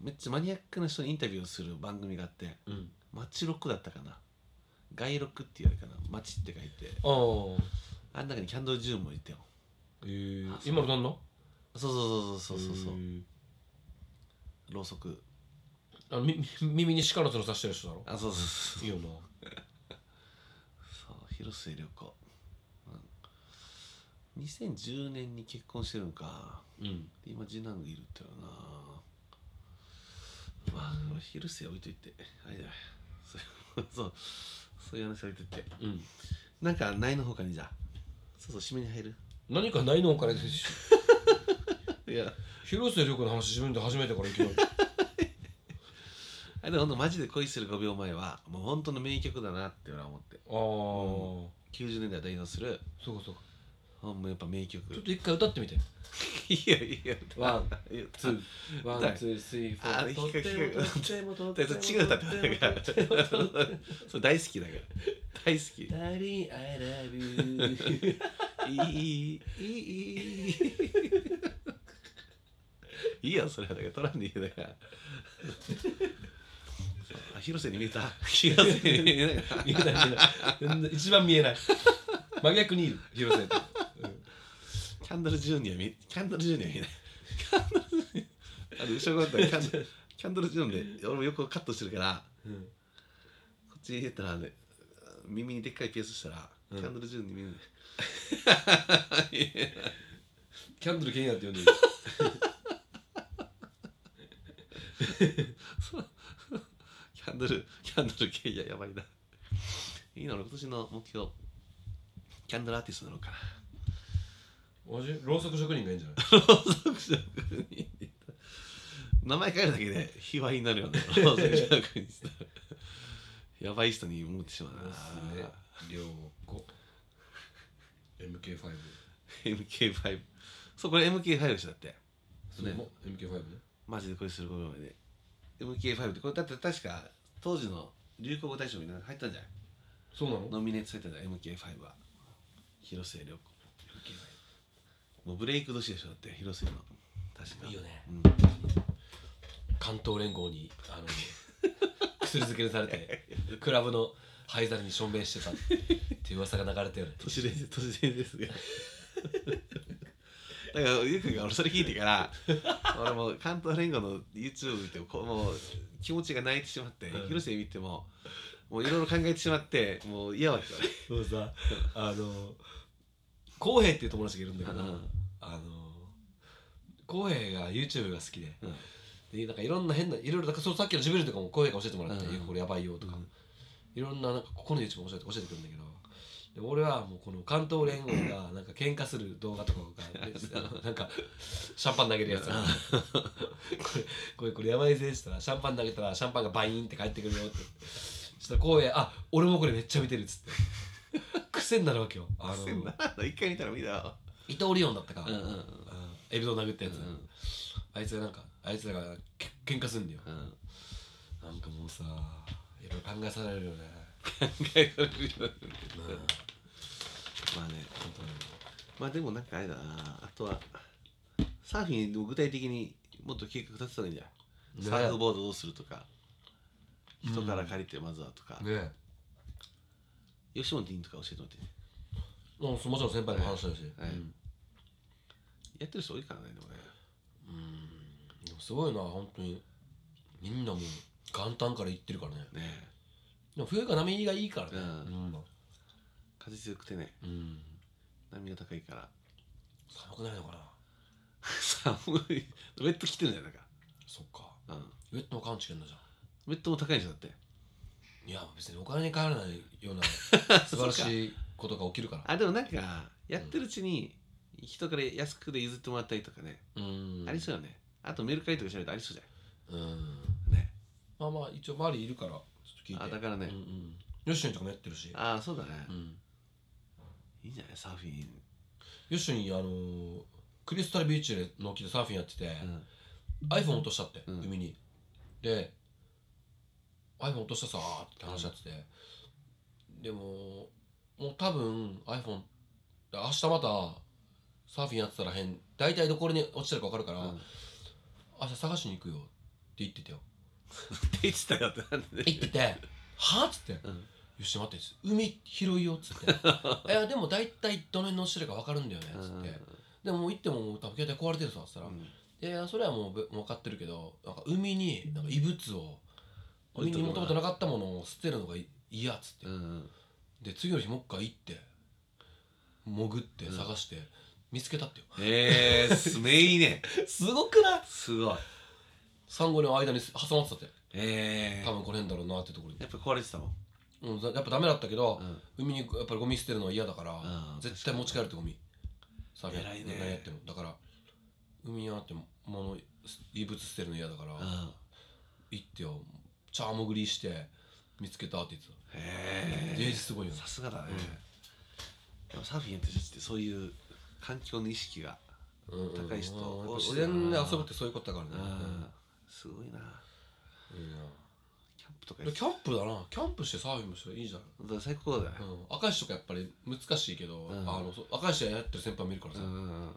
Speaker 6: めっちゃマニアックな人にインタビューをする番組があって
Speaker 5: うん
Speaker 6: 「街ロック」だったかな「街ロック」って言われるかな「街」って書いて
Speaker 5: ああ
Speaker 6: あん中にキャンドルジューンもいてよ
Speaker 5: えー
Speaker 6: あそう
Speaker 5: 今の旦那
Speaker 6: そうそうそうそうそうそう
Speaker 5: へー
Speaker 6: ろうそく
Speaker 5: あのみみ耳に鹿の角刺してる人だろ
Speaker 6: あそうそうそう
Speaker 5: いいよな
Speaker 6: そう広末涼子、うん、2010年に結婚してるのか
Speaker 5: うん
Speaker 6: で今次男がいるってよなまあこれ広末置いといてあれだそうそうそういう話置いといて
Speaker 5: うん
Speaker 6: なんかないのほかにじゃあそうそう締めに入る
Speaker 5: 何かないの お金ですし
Speaker 6: いや
Speaker 5: 広末涼子の話自分で初めてからいきなり
Speaker 6: あれほんとマジで恋する5秒前はもう本当の名曲だなって俺は思って
Speaker 5: ああ、
Speaker 6: 90年代を代表する
Speaker 5: そうかそうか
Speaker 6: ほんまやっぱ名曲
Speaker 5: ちょっと一回歌 ってみて
Speaker 6: いやいや
Speaker 5: ワン
Speaker 6: いや
Speaker 5: ツーワンツースリーフォ
Speaker 6: あ
Speaker 5: ー
Speaker 6: れ比較比較
Speaker 5: とってもとって
Speaker 6: だ
Speaker 5: も
Speaker 6: か
Speaker 5: と
Speaker 6: ら
Speaker 5: って
Speaker 6: それ違う歌って
Speaker 5: も
Speaker 6: だからそれ大好きだから大好き
Speaker 5: ダーリン I love you
Speaker 6: いいいいいいいいよそれはだから取らんでいいよだ からあ広瀬に見えた広瀬に見えなかった
Speaker 5: 見えない見えない一番見えない 真逆にいる広瀬と
Speaker 6: キャンドルジューンには見キャンドルジューンには見えないキャンドルジューンあれ後ろがあったらキャンドルキャンドルジューンで俺もよくカットしてるから
Speaker 5: うん
Speaker 6: こっち入れたらね耳にでっかいピアスしたら、キャンドルジューンに見えない
Speaker 5: キャンドルケンヤって呼んでいる
Speaker 6: キャンドル、キャンドル系、いや、やばいな。いいな、俺今年の目標、キャンドルアーティストなのかな。
Speaker 5: マジろうそく職人がいいんじゃない
Speaker 6: 名前変えるだけで、卑猥になるよね。 ろうそく職人さんやばい人に思ってしまう
Speaker 5: おすね
Speaker 6: な。
Speaker 5: 涼子 MK5
Speaker 6: MK5。そう、これ MK5 でしょだって。
Speaker 5: それも MK5 ね
Speaker 6: マジで恋する5秒前で。MK5 って、これだって確か、当時の流行語大賞みたいなの入ったんじゃない
Speaker 5: そうなの
Speaker 6: ノミネートされたんじゃない ?MK5 は。広末涼子。もうブレイク年でしょだって、広末の。確か。
Speaker 5: いいよね
Speaker 6: うん
Speaker 5: 関東連合にあの薬漬けにされてクラブの灰皿にしょんべんしてたっていう噂が流れたよね
Speaker 6: 都市伝説都市伝説がだからゆうくんが俺それ聞いてから俺もう関東連合の YouTube 見てもこうもう気持ちが泣いてしまって、
Speaker 5: うん
Speaker 6: 広瀬見てももういろいろ考えてしまってもう嫌わけだね
Speaker 5: そうさあの浩平っていう友達がいるんだけど、
Speaker 6: うん
Speaker 5: あの浩平が YouTube が好きで,、
Speaker 6: うん
Speaker 5: でなんかいろんな変ないろいろだからそのさっきのジブリとかも浩平が教えてもらって、
Speaker 6: う
Speaker 5: い
Speaker 6: ん
Speaker 5: やこれやばいよとか、
Speaker 6: うん
Speaker 5: いろんななんかここの YouTube も教えて教えてくるんだけどで俺はもうこの関東連合がなんか喧嘩する動画とか がであのなんかシャンパン投げるやつこれ これこれやばいぜっつったらシャンパン投げたらシャンパンがバイーンって返ってくるよってそしたら光栄あ俺もこれめっちゃ見てるっつって癖になるわけよあの
Speaker 6: なんだ 一回見たら見たわ
Speaker 5: 伊藤リオンだったか、
Speaker 6: うんうんうん
Speaker 5: エビドを殴ったやつ、
Speaker 6: うん
Speaker 5: あいつがなんかあいつらがけ喧嘩すんだよ
Speaker 6: うん
Speaker 5: なんかもうさいろいろ考えさせられるよね、
Speaker 6: 考えられるよね
Speaker 5: うん
Speaker 6: まあねまあでもなんかあれだなあとはサーフィンでも具体的にもっと計画立てたらいいんじゃない、
Speaker 5: ね
Speaker 6: サーフボードどうするとか
Speaker 5: うん
Speaker 6: 人から借りてまずはとか、
Speaker 5: ね
Speaker 6: 吉本ディーンとか教えてもらって
Speaker 5: えもうもちろん先輩の話だし、
Speaker 6: はい
Speaker 5: うん
Speaker 6: やってる人多いからねでもね
Speaker 5: でもすごいな本当にみんなもう元旦から行ってるからね
Speaker 6: ねえ
Speaker 5: でも冬が波がいいからね
Speaker 6: う
Speaker 5: うん、
Speaker 6: 風強くてね
Speaker 5: うん
Speaker 6: 波が高いから
Speaker 5: 寒くないのかな
Speaker 6: 寒いウェット着てるんじゃないか、
Speaker 5: そっから
Speaker 6: うん、
Speaker 5: ウェットも勘違いんだじゃん
Speaker 6: ウェットも高いんでしょだって
Speaker 5: いや別にお金に帰らないよう な素晴らしいことが起きるから
Speaker 6: あでもなんかやってるうちに人から安くで譲ってもらったりとかね、
Speaker 5: うん
Speaker 6: ありそうよねあとメルカリとか調べたらありそうじ
Speaker 5: うん
Speaker 6: ゃんね
Speaker 5: まあまあ一応周りいるからちょっと聞いて
Speaker 6: あだからね
Speaker 5: うんうんヨッシュンとかもやってるし
Speaker 6: ああそうだね、
Speaker 5: うん
Speaker 6: いいんじゃないサーフィン、
Speaker 5: ヨッシュンにあのークリスタルビーチでの沖でサーフィンやってて、
Speaker 6: うん、
Speaker 5: iPhone 落としたって、
Speaker 6: うん
Speaker 5: 海にで iPhone 落としたさーって話し合ってて、でももう多分 iPhone 明日またサーフィンやってたら変大体どこに落ちてるか分かるから、
Speaker 6: うん
Speaker 5: 明日探しに行くよって言ってたよ
Speaker 6: って言ってたよってなんで
Speaker 5: 言ってて「はっ?」つって「
Speaker 6: うん
Speaker 5: よし待って」つって海広いよ」っつって 「いやでも大体どの辺の落ちてるか分かるんだよね」
Speaker 6: う
Speaker 5: っつっ
Speaker 6: ん
Speaker 5: て「でももう行ってももう多分携帯壊れてるさ」っつったら「
Speaker 6: うん
Speaker 5: いやいやそれはもうぶもう分かってるけどなんか海になんか異物を
Speaker 6: 置
Speaker 5: 海
Speaker 6: いと
Speaker 5: に
Speaker 6: く
Speaker 5: もとも
Speaker 6: のが
Speaker 5: となかったものを捨てるのがい嫌っつって、
Speaker 6: うん
Speaker 5: で次の日もう一回行って潜って探して、見つけたってよ
Speaker 6: ええー、すめいいね
Speaker 5: すごくない
Speaker 6: すごい
Speaker 5: サンゴの間にす挟まってたって
Speaker 6: ええ
Speaker 5: 多分これへんだろうなってところに
Speaker 6: や、っぱ壊れてたもん
Speaker 5: うん、ざやっぱダメだったけど、
Speaker 6: うん
Speaker 5: 海にやっぱりゴミ捨てるのは嫌だから、
Speaker 6: うん
Speaker 5: 絶対持ち帰るってゴミサーフィン
Speaker 6: 偉いね
Speaker 5: 何やってもだから海にあっても物異物捨てるの嫌だから、
Speaker 6: うん
Speaker 5: 行ってよチャーモグリして見つけたって言ってた
Speaker 6: へ
Speaker 5: デージすごいよね
Speaker 6: さすがだね、でもサーフィンやってる人ってそういう環境の意識が、
Speaker 5: うんうん
Speaker 6: 高い人
Speaker 5: うんやっぱ
Speaker 6: お
Speaker 5: 自然で遊ぶってそういうことだからね
Speaker 6: すごいな
Speaker 5: うんいいな
Speaker 6: キャンプとか
Speaker 5: でキャンプだなキャンプしてサーフィンもしたらいいじゃん、
Speaker 6: だから最高だね
Speaker 5: うん、赤石とかやっぱり難しいけど、
Speaker 6: うん
Speaker 5: あのそ赤石やってる先輩もいるから
Speaker 6: う
Speaker 5: さ
Speaker 6: ん、うんうん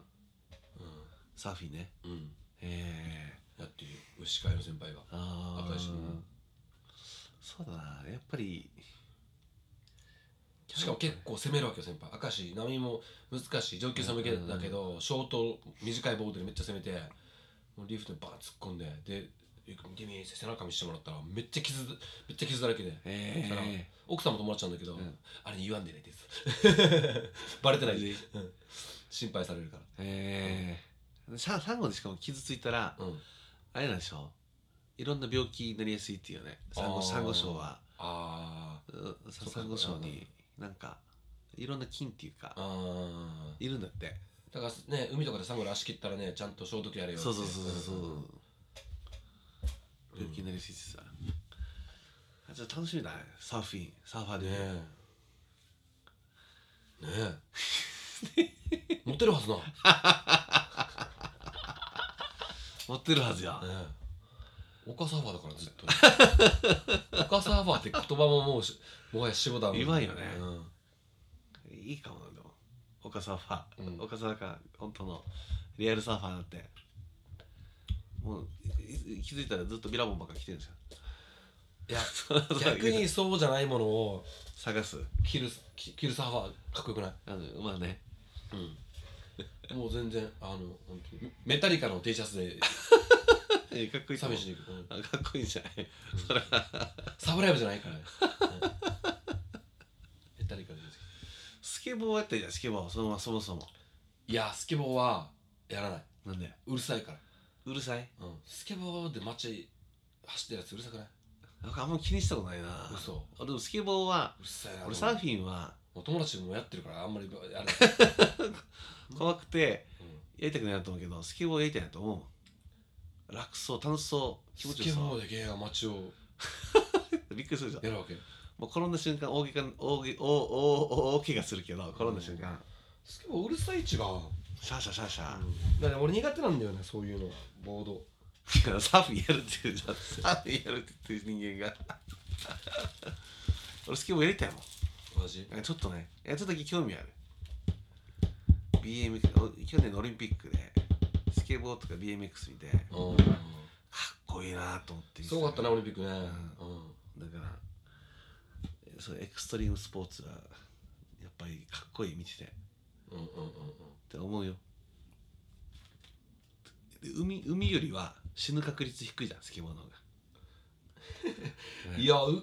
Speaker 6: サーフィンね
Speaker 5: うん
Speaker 6: ええ
Speaker 5: やってるよ牛飼いの先輩が
Speaker 6: あ
Speaker 5: 赤
Speaker 6: あ
Speaker 5: いし
Speaker 6: そうだなやっぱり
Speaker 5: しかも結構攻めるわけよ先輩明石波も難しい上級者向けだけどショート短いボードでめっちゃ攻めてもうリフトにバーン突っ込んででよく見てみって背中見せてもらったらめっちゃ傷めっちゃ傷だらけで、
Speaker 6: え
Speaker 5: そし
Speaker 6: え
Speaker 5: たら奥さんも友達なんだけど、
Speaker 6: ん
Speaker 5: あれに言わんでねってやつ バレてないで、うん心配されるか
Speaker 6: ええササンゴでしかも傷ついた
Speaker 5: ら、
Speaker 6: ら
Speaker 5: うん、
Speaker 6: あれなんでしょいろんな病気になりやすいっていうねサン
Speaker 5: あ
Speaker 6: ゴ
Speaker 5: ー
Speaker 6: サンゴ礁は
Speaker 5: あー
Speaker 6: うん
Speaker 5: そうか
Speaker 6: サンゴ礁になんかいろんな菌っていうか
Speaker 5: あ
Speaker 6: いるんだって
Speaker 5: ーだからね海とかでサンゴで足切ったらねちゃんと消毒やれよって
Speaker 6: そうそうそうそう
Speaker 5: うん
Speaker 6: そう病気になりすぎてさあじゃあ楽しみだねサーフィンサーファーで
Speaker 5: ねえねえ モテるはずな、ね
Speaker 6: 持ってるはずや
Speaker 5: え、お母サーバーだからずっとお母サーバーって言葉ももうしもはや死語だもん
Speaker 6: うまいよね
Speaker 5: うん
Speaker 6: いいかもなでも岡サーファー、
Speaker 5: うん
Speaker 6: 岡サーファー本当のリアルサーファーになってもうい気づいたらずっとビラボンばっか着てるんですよ
Speaker 5: いや逆にそうじゃないものを
Speaker 6: 探す
Speaker 5: 着る着着るサーファーかっこよくない
Speaker 6: あのまあね
Speaker 5: もう全然あの本当にメタリカの T シャツで
Speaker 6: えかっこいいと
Speaker 5: 寂
Speaker 6: 思う
Speaker 5: しに行く、うん
Speaker 6: あかっこいいじゃないそれは
Speaker 5: サブライブじゃないからねメタリカで
Speaker 6: スケボーやったじゃんスケボーそのままそもそも
Speaker 5: いやスケボーはやらない
Speaker 6: なんで
Speaker 5: うるさいから、
Speaker 6: うるさい
Speaker 5: うん、スケボーで街走ってるやつうるさくない
Speaker 6: なんかあんま気にしたことないな
Speaker 5: 嘘
Speaker 6: あでもスケボーは
Speaker 5: うるさいな
Speaker 6: 俺サーフィンは
Speaker 5: もう友達もやってるからあんまりあれ、
Speaker 6: 怖くて
Speaker 5: うん
Speaker 6: やりたくないなと思うけどスケボーやりたいなと思う楽そう楽しそう気持
Speaker 5: ス
Speaker 6: ち
Speaker 5: ケ
Speaker 6: よさ
Speaker 5: ボーでゲイが街を
Speaker 6: そうびっくりするじゃん
Speaker 5: やるわけ
Speaker 6: もう転んだ瞬間大げか大げ大大大大怪我するけど転んだ瞬間
Speaker 5: スケボーうるさい違う
Speaker 6: シャーシャーシャーシャー、
Speaker 5: だから俺苦手なんだよねそういうのボード
Speaker 6: だからサーフィンやるって言うじゃんサーフィンやるって言ってる人間が 俺スケボーやりたいもん
Speaker 5: マジ
Speaker 6: なんかちょっとねいやちょっとだけ興味ある BM お去年のオリンピックでスケボーとか BMX 見てかっ
Speaker 5: うん
Speaker 6: こいいなと思って見て
Speaker 5: すごかったなオリンピックね
Speaker 6: うだからえそうエクストリームスポーツはやっぱりかっこいい見ててっ
Speaker 5: うんうんうんうんうん
Speaker 6: て思うよで海海よりは死ぬ確率低いじゃんスケボーの方が
Speaker 5: いやう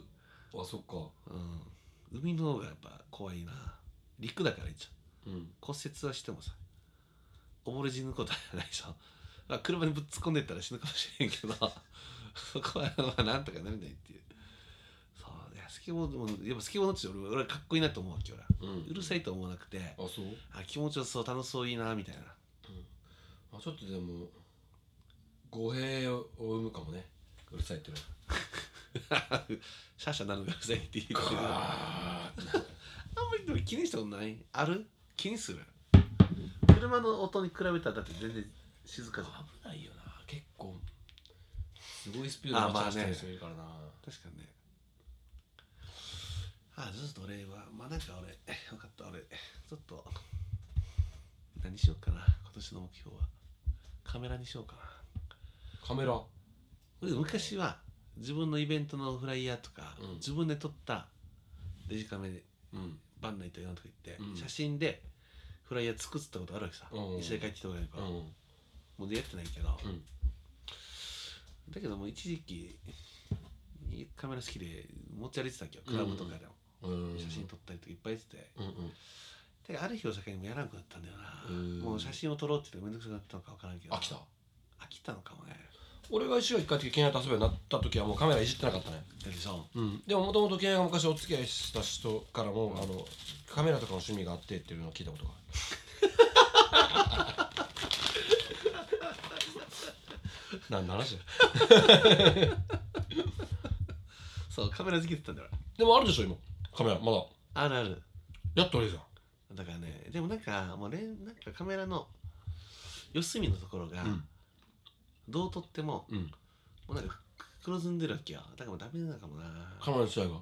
Speaker 5: あそっか
Speaker 6: うん、海の方がやっぱ怖いな陸だからいいじゃん
Speaker 5: うん
Speaker 6: 骨折はしてもさ溺れ死ぬことはないでしょまあ車にぶっ突っ込んでったら死ぬかもしれんけどそこはまあなんとかなれないっていうそうねスケボーでもやっぱスケボーのって俺俺はかっこいいなと思うわけ俺は、
Speaker 5: う
Speaker 6: うんるさいと思わなくて
Speaker 5: あそう
Speaker 6: あ気持ちよさそう楽しそういいなみたいな
Speaker 5: あちょっとでも語弊を生むかもねうるさいってのは
Speaker 6: シャーシャーなるのがうるさいっていうけどあ
Speaker 5: あーって
Speaker 6: んまりでも気にしたことないある気にする車の音に比べたらだって全然静かじゃん
Speaker 5: 危ないよな結構すごいスピードで街走ってる人いるからな
Speaker 6: 確かにねあちょっと俺はまあなんか俺分かった俺ちょっと何しようかな今年の目標はカメラにしようかな
Speaker 5: カメラ
Speaker 6: 俺昔は自分のイベントのフライヤーとか、
Speaker 5: うん
Speaker 6: 自分で撮ったデジカメで
Speaker 5: うん
Speaker 6: バンナイとかなんとか言って、
Speaker 5: うん
Speaker 6: 写真でフライヤー作ってたことあるわけさ、
Speaker 5: うん
Speaker 6: 一緒に帰ってきたことあるか
Speaker 5: う
Speaker 6: ら、
Speaker 5: ん
Speaker 6: もう出会ってないけど、
Speaker 5: うん
Speaker 6: だけどもう一時期カメラ好きで持ち歩いてたわけどクラブとかでも、
Speaker 5: うん
Speaker 6: 写真撮ったりとかいっぱいしてて
Speaker 5: うんうん
Speaker 6: てかある日を境にもうやらなくなったんだよ
Speaker 5: う
Speaker 6: な
Speaker 5: ーん
Speaker 6: もう写真を撮ろうって言ってめんどくさくなったのか分からんけど
Speaker 5: 飽きた
Speaker 6: 飽きたのかもね
Speaker 5: 俺が石垣帰ってきてケンヤと遊ぶようになった時はもうカメラいじってなかったね
Speaker 6: だでしょ
Speaker 5: うんでももともとケンヤが昔お付き合いした人からも、あのカメラとかの趣味があってっていうのを聞いたこと がある何の話だよ
Speaker 6: そうカメラ好きだったんだよ
Speaker 5: でもあるでしょ今カメラまだ
Speaker 6: あるある
Speaker 5: やっとるじゃん
Speaker 6: だからねでもなんかもうねなんかカメラの四隅のところが、
Speaker 5: うん
Speaker 6: どう撮っても
Speaker 5: うん
Speaker 6: もうなんか黒ずんでるわけよだからもうダメなのかもな
Speaker 5: カメラの試合が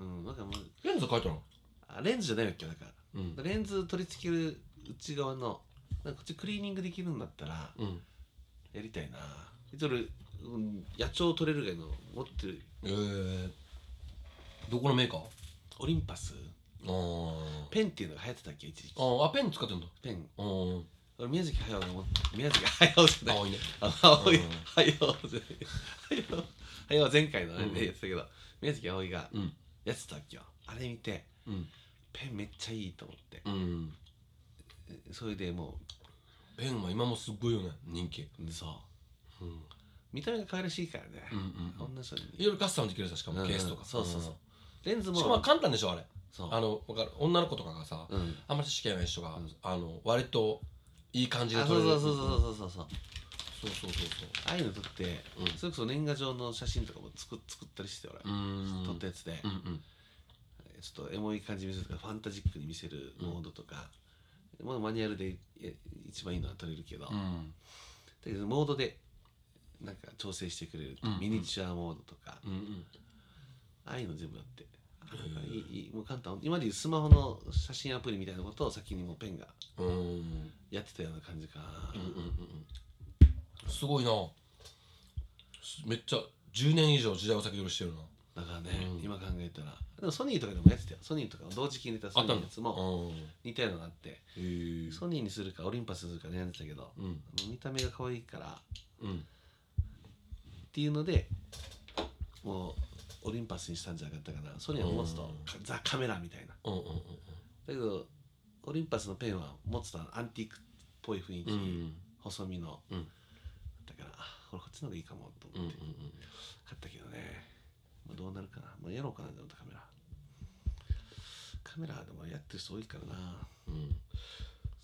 Speaker 6: うんなんかもう
Speaker 5: レンズ変えたの
Speaker 6: あレンズじゃないわけよだから
Speaker 5: うん
Speaker 6: レンズ取り付ける内側のなんかこっちクリーニングできるんだったら
Speaker 5: うん
Speaker 6: やりたいなで俺、うん、野鳥を取れるぐらいの持ってる
Speaker 5: えー、どこのメーカー
Speaker 6: オリンパス
Speaker 5: あー
Speaker 6: ペンっていうのが流行ってたっけ一時期
Speaker 5: あーあペン使ってんだ
Speaker 6: ペン
Speaker 5: うん
Speaker 6: 俺宮崎駿が持って宮崎駿じゃない
Speaker 5: 青いね
Speaker 6: あ青い
Speaker 5: うん
Speaker 6: 駿じゃない駿駿は前回のあれ
Speaker 5: うん
Speaker 6: でやってたけど、宮崎駿が
Speaker 5: うん
Speaker 6: やってたわけよあれ見て
Speaker 5: うん
Speaker 6: ペンめっちゃいいと思って
Speaker 5: うん
Speaker 6: それでも
Speaker 5: ペンは今もすごいよね人気
Speaker 6: うそう
Speaker 5: うん
Speaker 6: 見た目が可愛らしいからね、
Speaker 5: うんうんうん
Speaker 6: 女性に
Speaker 5: いろいろカスタムできるさしかも
Speaker 6: うん
Speaker 5: ケースとか
Speaker 6: そうそうそ
Speaker 5: う
Speaker 6: う
Speaker 5: ん
Speaker 6: レンズも
Speaker 5: しかも簡単でしょあれ
Speaker 6: そう
Speaker 5: あのわかる女の子とかがさ
Speaker 6: うん
Speaker 5: あんまり知識ない人があの割といい感じで
Speaker 6: あ
Speaker 5: 撮
Speaker 6: そ
Speaker 5: れ
Speaker 6: う
Speaker 5: る
Speaker 6: そうそうそうそうそう
Speaker 5: そうそうそうそう
Speaker 6: そうああいうの撮って、
Speaker 5: うん
Speaker 6: それこそ年賀状の写真とかも作っ作ったりして俺、
Speaker 5: うーん
Speaker 6: 撮ったやつで、
Speaker 5: うんうん
Speaker 6: ちょっとエモい感じ見せるとかファンタジックに見せるモードとか、まあマニュアルでえ一番いいのは撮れるけど、
Speaker 5: う
Speaker 6: だ
Speaker 5: ん
Speaker 6: けどモードでなんか調整してくれる、
Speaker 5: うん
Speaker 6: ミニチュアモードとか、
Speaker 5: うんうん
Speaker 6: ああいうの全部やって。いいいいもう簡単今までいうスマホの写真アプリみたいなことを先にもうペンが
Speaker 5: うーん
Speaker 6: やってたような感じかな、
Speaker 5: うんうんうんうんすごいなめっちゃ10年以上時代を先取りしてるな
Speaker 6: だからね、
Speaker 5: うん
Speaker 6: 今考えたらでもソニーとかでもやってたよソニーとか同時期に出たソ
Speaker 5: あっ
Speaker 6: ニ
Speaker 5: た
Speaker 6: ー
Speaker 5: の
Speaker 6: のやつも
Speaker 5: うん
Speaker 6: 似たようなのがあって
Speaker 5: へえ
Speaker 6: ソニーにするかオリンパスにするか悩んでたけど
Speaker 5: うん
Speaker 6: 見た目が可愛いから
Speaker 5: うん
Speaker 6: っていうのでもうオリンパスにしたんじゃなかったかなソニーは持つと
Speaker 5: うん
Speaker 6: かザ・カメラみたいな
Speaker 5: うんうん
Speaker 6: だけどオリンパスのペンは持つとアンティークっぽい雰囲気、
Speaker 5: うんうん
Speaker 6: 細身の、
Speaker 5: うん
Speaker 6: だからあこれこっちの方がいいかもと
Speaker 5: うんうんう
Speaker 6: 思って
Speaker 5: ん
Speaker 6: 買ったけどね、まあ、どうなるかな、まあ、やろうかなと思ったカメラカメラでもやってる人多いからな
Speaker 5: うん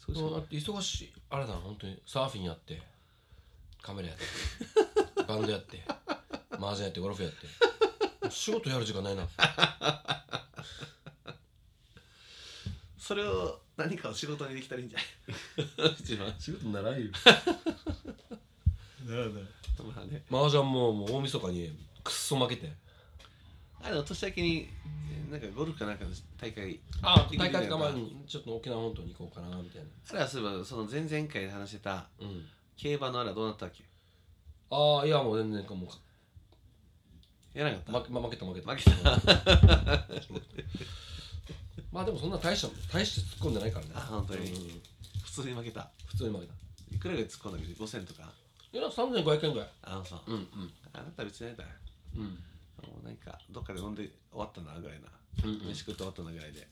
Speaker 6: そう
Speaker 5: そう
Speaker 6: そ
Speaker 5: だ
Speaker 6: う
Speaker 5: って忙しいあれだな本当にサーフィンやってカメラやって バンドやってマージャンやってゴルフやって仕事やる時間ないな
Speaker 6: それを何かを仕事にできたらいいんじゃない 一番
Speaker 5: 仕事ならいよ
Speaker 6: まあね
Speaker 5: マージャンももう大晦日にくっそ負けて
Speaker 6: あれ年明けになんかゴルフかなんかの大会
Speaker 5: あ大会捕まえにちょっと沖縄本島に行こうかなみたいな
Speaker 6: あれはそういえばその前々回で話してた
Speaker 5: うん
Speaker 6: 競馬のあれはどうなったっけ
Speaker 5: ああいやもう全然もう
Speaker 6: やらなかった
Speaker 5: 負け,、ま、負けた負けた
Speaker 6: 負けた
Speaker 5: まあでもそんな大した大して突っ込んでないからね
Speaker 6: あ本当に
Speaker 5: うん
Speaker 6: 普通に負けた
Speaker 5: 普通に負けた
Speaker 6: いくらぐらい突っ込んだっけ5000とか
Speaker 5: いや3500円ぐらい
Speaker 6: あのさ、
Speaker 5: うん
Speaker 6: あなた別にやだよ
Speaker 5: うんうん
Speaker 6: もうなんかどっかで飲んで終わったなぐらいな、
Speaker 5: うんうん
Speaker 6: 飯食って終わったなぐらいで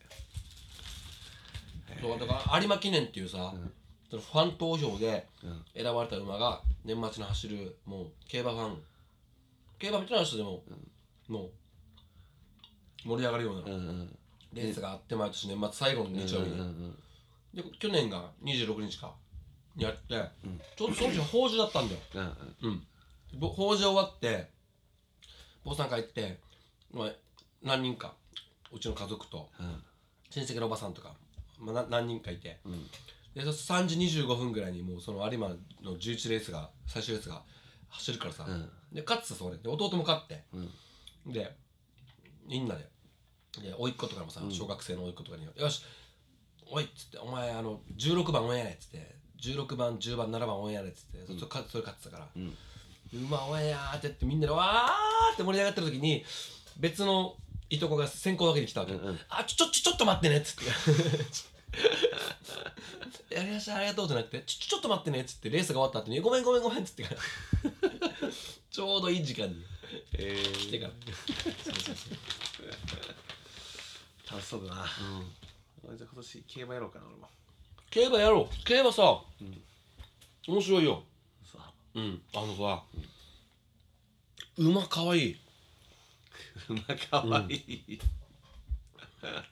Speaker 5: そうだから有馬記念っていうさ、
Speaker 6: うん
Speaker 5: そのファン投票で
Speaker 6: うん
Speaker 5: 選ばれた馬が年末に走るもう競馬ファン競馬見てない人でも、もう盛り上がるような
Speaker 6: うんうん
Speaker 5: レースがあって毎年年末最後の日曜日に、
Speaker 6: うんうん
Speaker 5: で去年が26日かにやって、ちょうどその時は法事だったんだよ
Speaker 6: うんうん
Speaker 5: うん、ぼ法事終わって坊さん帰って、まあ、何人かうちの家族と
Speaker 6: うん
Speaker 5: 親戚のおばさんとか、まあ、な何人かいて、
Speaker 6: ん
Speaker 5: でそ3時25分ぐらいにもうその有馬の11レースが最終レースが走るからさ、
Speaker 6: うん
Speaker 5: で勝ってたそれで弟も勝って、でみんなでで甥っ子とかもさ小学生の甥っ子とかに「よしおい」っつって「お前あの16番オンエアね」っつって16番10番7番オンエアねっつってそそかそれ勝ってたから「
Speaker 6: ん
Speaker 5: 馬オンエア」ってやってみんなで「わー」って盛り上がってる時に別のいとこが先行だけに来たわけ、
Speaker 6: うんうん
Speaker 5: あちょちょちょちょっと待って ねっつって「やりましたありがとう」じゃなくて「ちょちょちょっと待ってね」っつってレースが終わった後に「ごめんごめんごめん」っつってから ちょうどいい時間に
Speaker 6: え
Speaker 5: 来
Speaker 6: ー
Speaker 5: て から
Speaker 6: 楽しそうだなうんじゃあ今年競馬やろうかな俺も
Speaker 5: 競馬やろう競馬さ、面白いよ
Speaker 6: さ
Speaker 5: うんあのさ、馬かわいい
Speaker 6: 馬かわいい、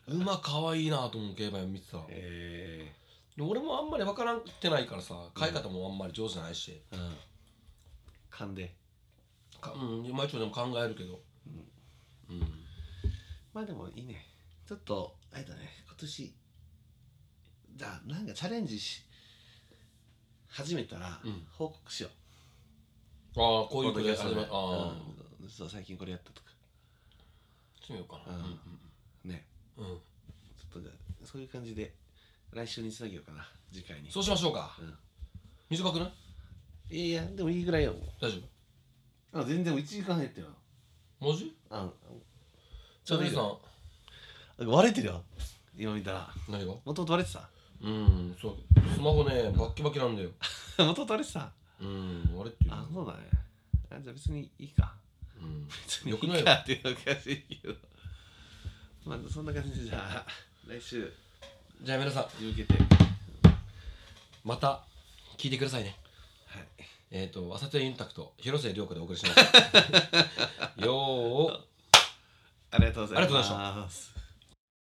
Speaker 5: 馬かわいいなと思う競馬見てたらで
Speaker 6: え
Speaker 5: 俺もあんまり分からんてないからさ買い方もあんまり上手じゃないし、
Speaker 6: ーうん勘で
Speaker 5: かうん、今一応でも考えるけど
Speaker 6: まあでもいいねちょっとあれだね今年じゃあなんかチャレンジし始めたら
Speaker 5: うん
Speaker 6: 報告しよう、
Speaker 5: ああこういうこ
Speaker 6: ポ
Speaker 5: と
Speaker 6: ッドキ
Speaker 5: や
Speaker 6: ャ
Speaker 5: っ
Speaker 6: ス
Speaker 5: て始
Speaker 6: トで
Speaker 5: まるああ、
Speaker 6: うんそう最近これやったとか
Speaker 5: してみようかな
Speaker 6: うん
Speaker 5: う
Speaker 6: ね
Speaker 5: ん、うん
Speaker 6: ちょっとじゃあそういう感じで来週につなげようかな次回に
Speaker 5: そうしましょうか、
Speaker 6: うん
Speaker 5: 短くない
Speaker 6: いやいやでもいいぐらいよ
Speaker 5: 大丈
Speaker 6: あ全然1時間入ってよ
Speaker 5: 夫文字
Speaker 6: あ
Speaker 5: じゃあ
Speaker 6: いい
Speaker 5: 姉
Speaker 6: よ
Speaker 5: さん
Speaker 6: 割れてるよ今見たら
Speaker 5: 何が
Speaker 6: もともと割れてた
Speaker 5: うんそうスマホねバッキバキなんだよ
Speaker 6: もともと割れてた
Speaker 5: うんあれっていう
Speaker 6: あそうだねあじゃあ別にいいか
Speaker 5: うん
Speaker 6: 別
Speaker 5: よくない
Speaker 6: い
Speaker 5: よ
Speaker 6: かっていうのはおかしいけどまあそんな感じでじゃあ来週
Speaker 5: じゃあ皆さん
Speaker 6: に向けて
Speaker 5: また聞いてくださいね
Speaker 6: はい
Speaker 5: えっ、と浅田インタクト広瀬涼子でお送りしましたよー
Speaker 6: あり
Speaker 5: あり
Speaker 6: がとうございます
Speaker 5: がとうござい
Speaker 6: ます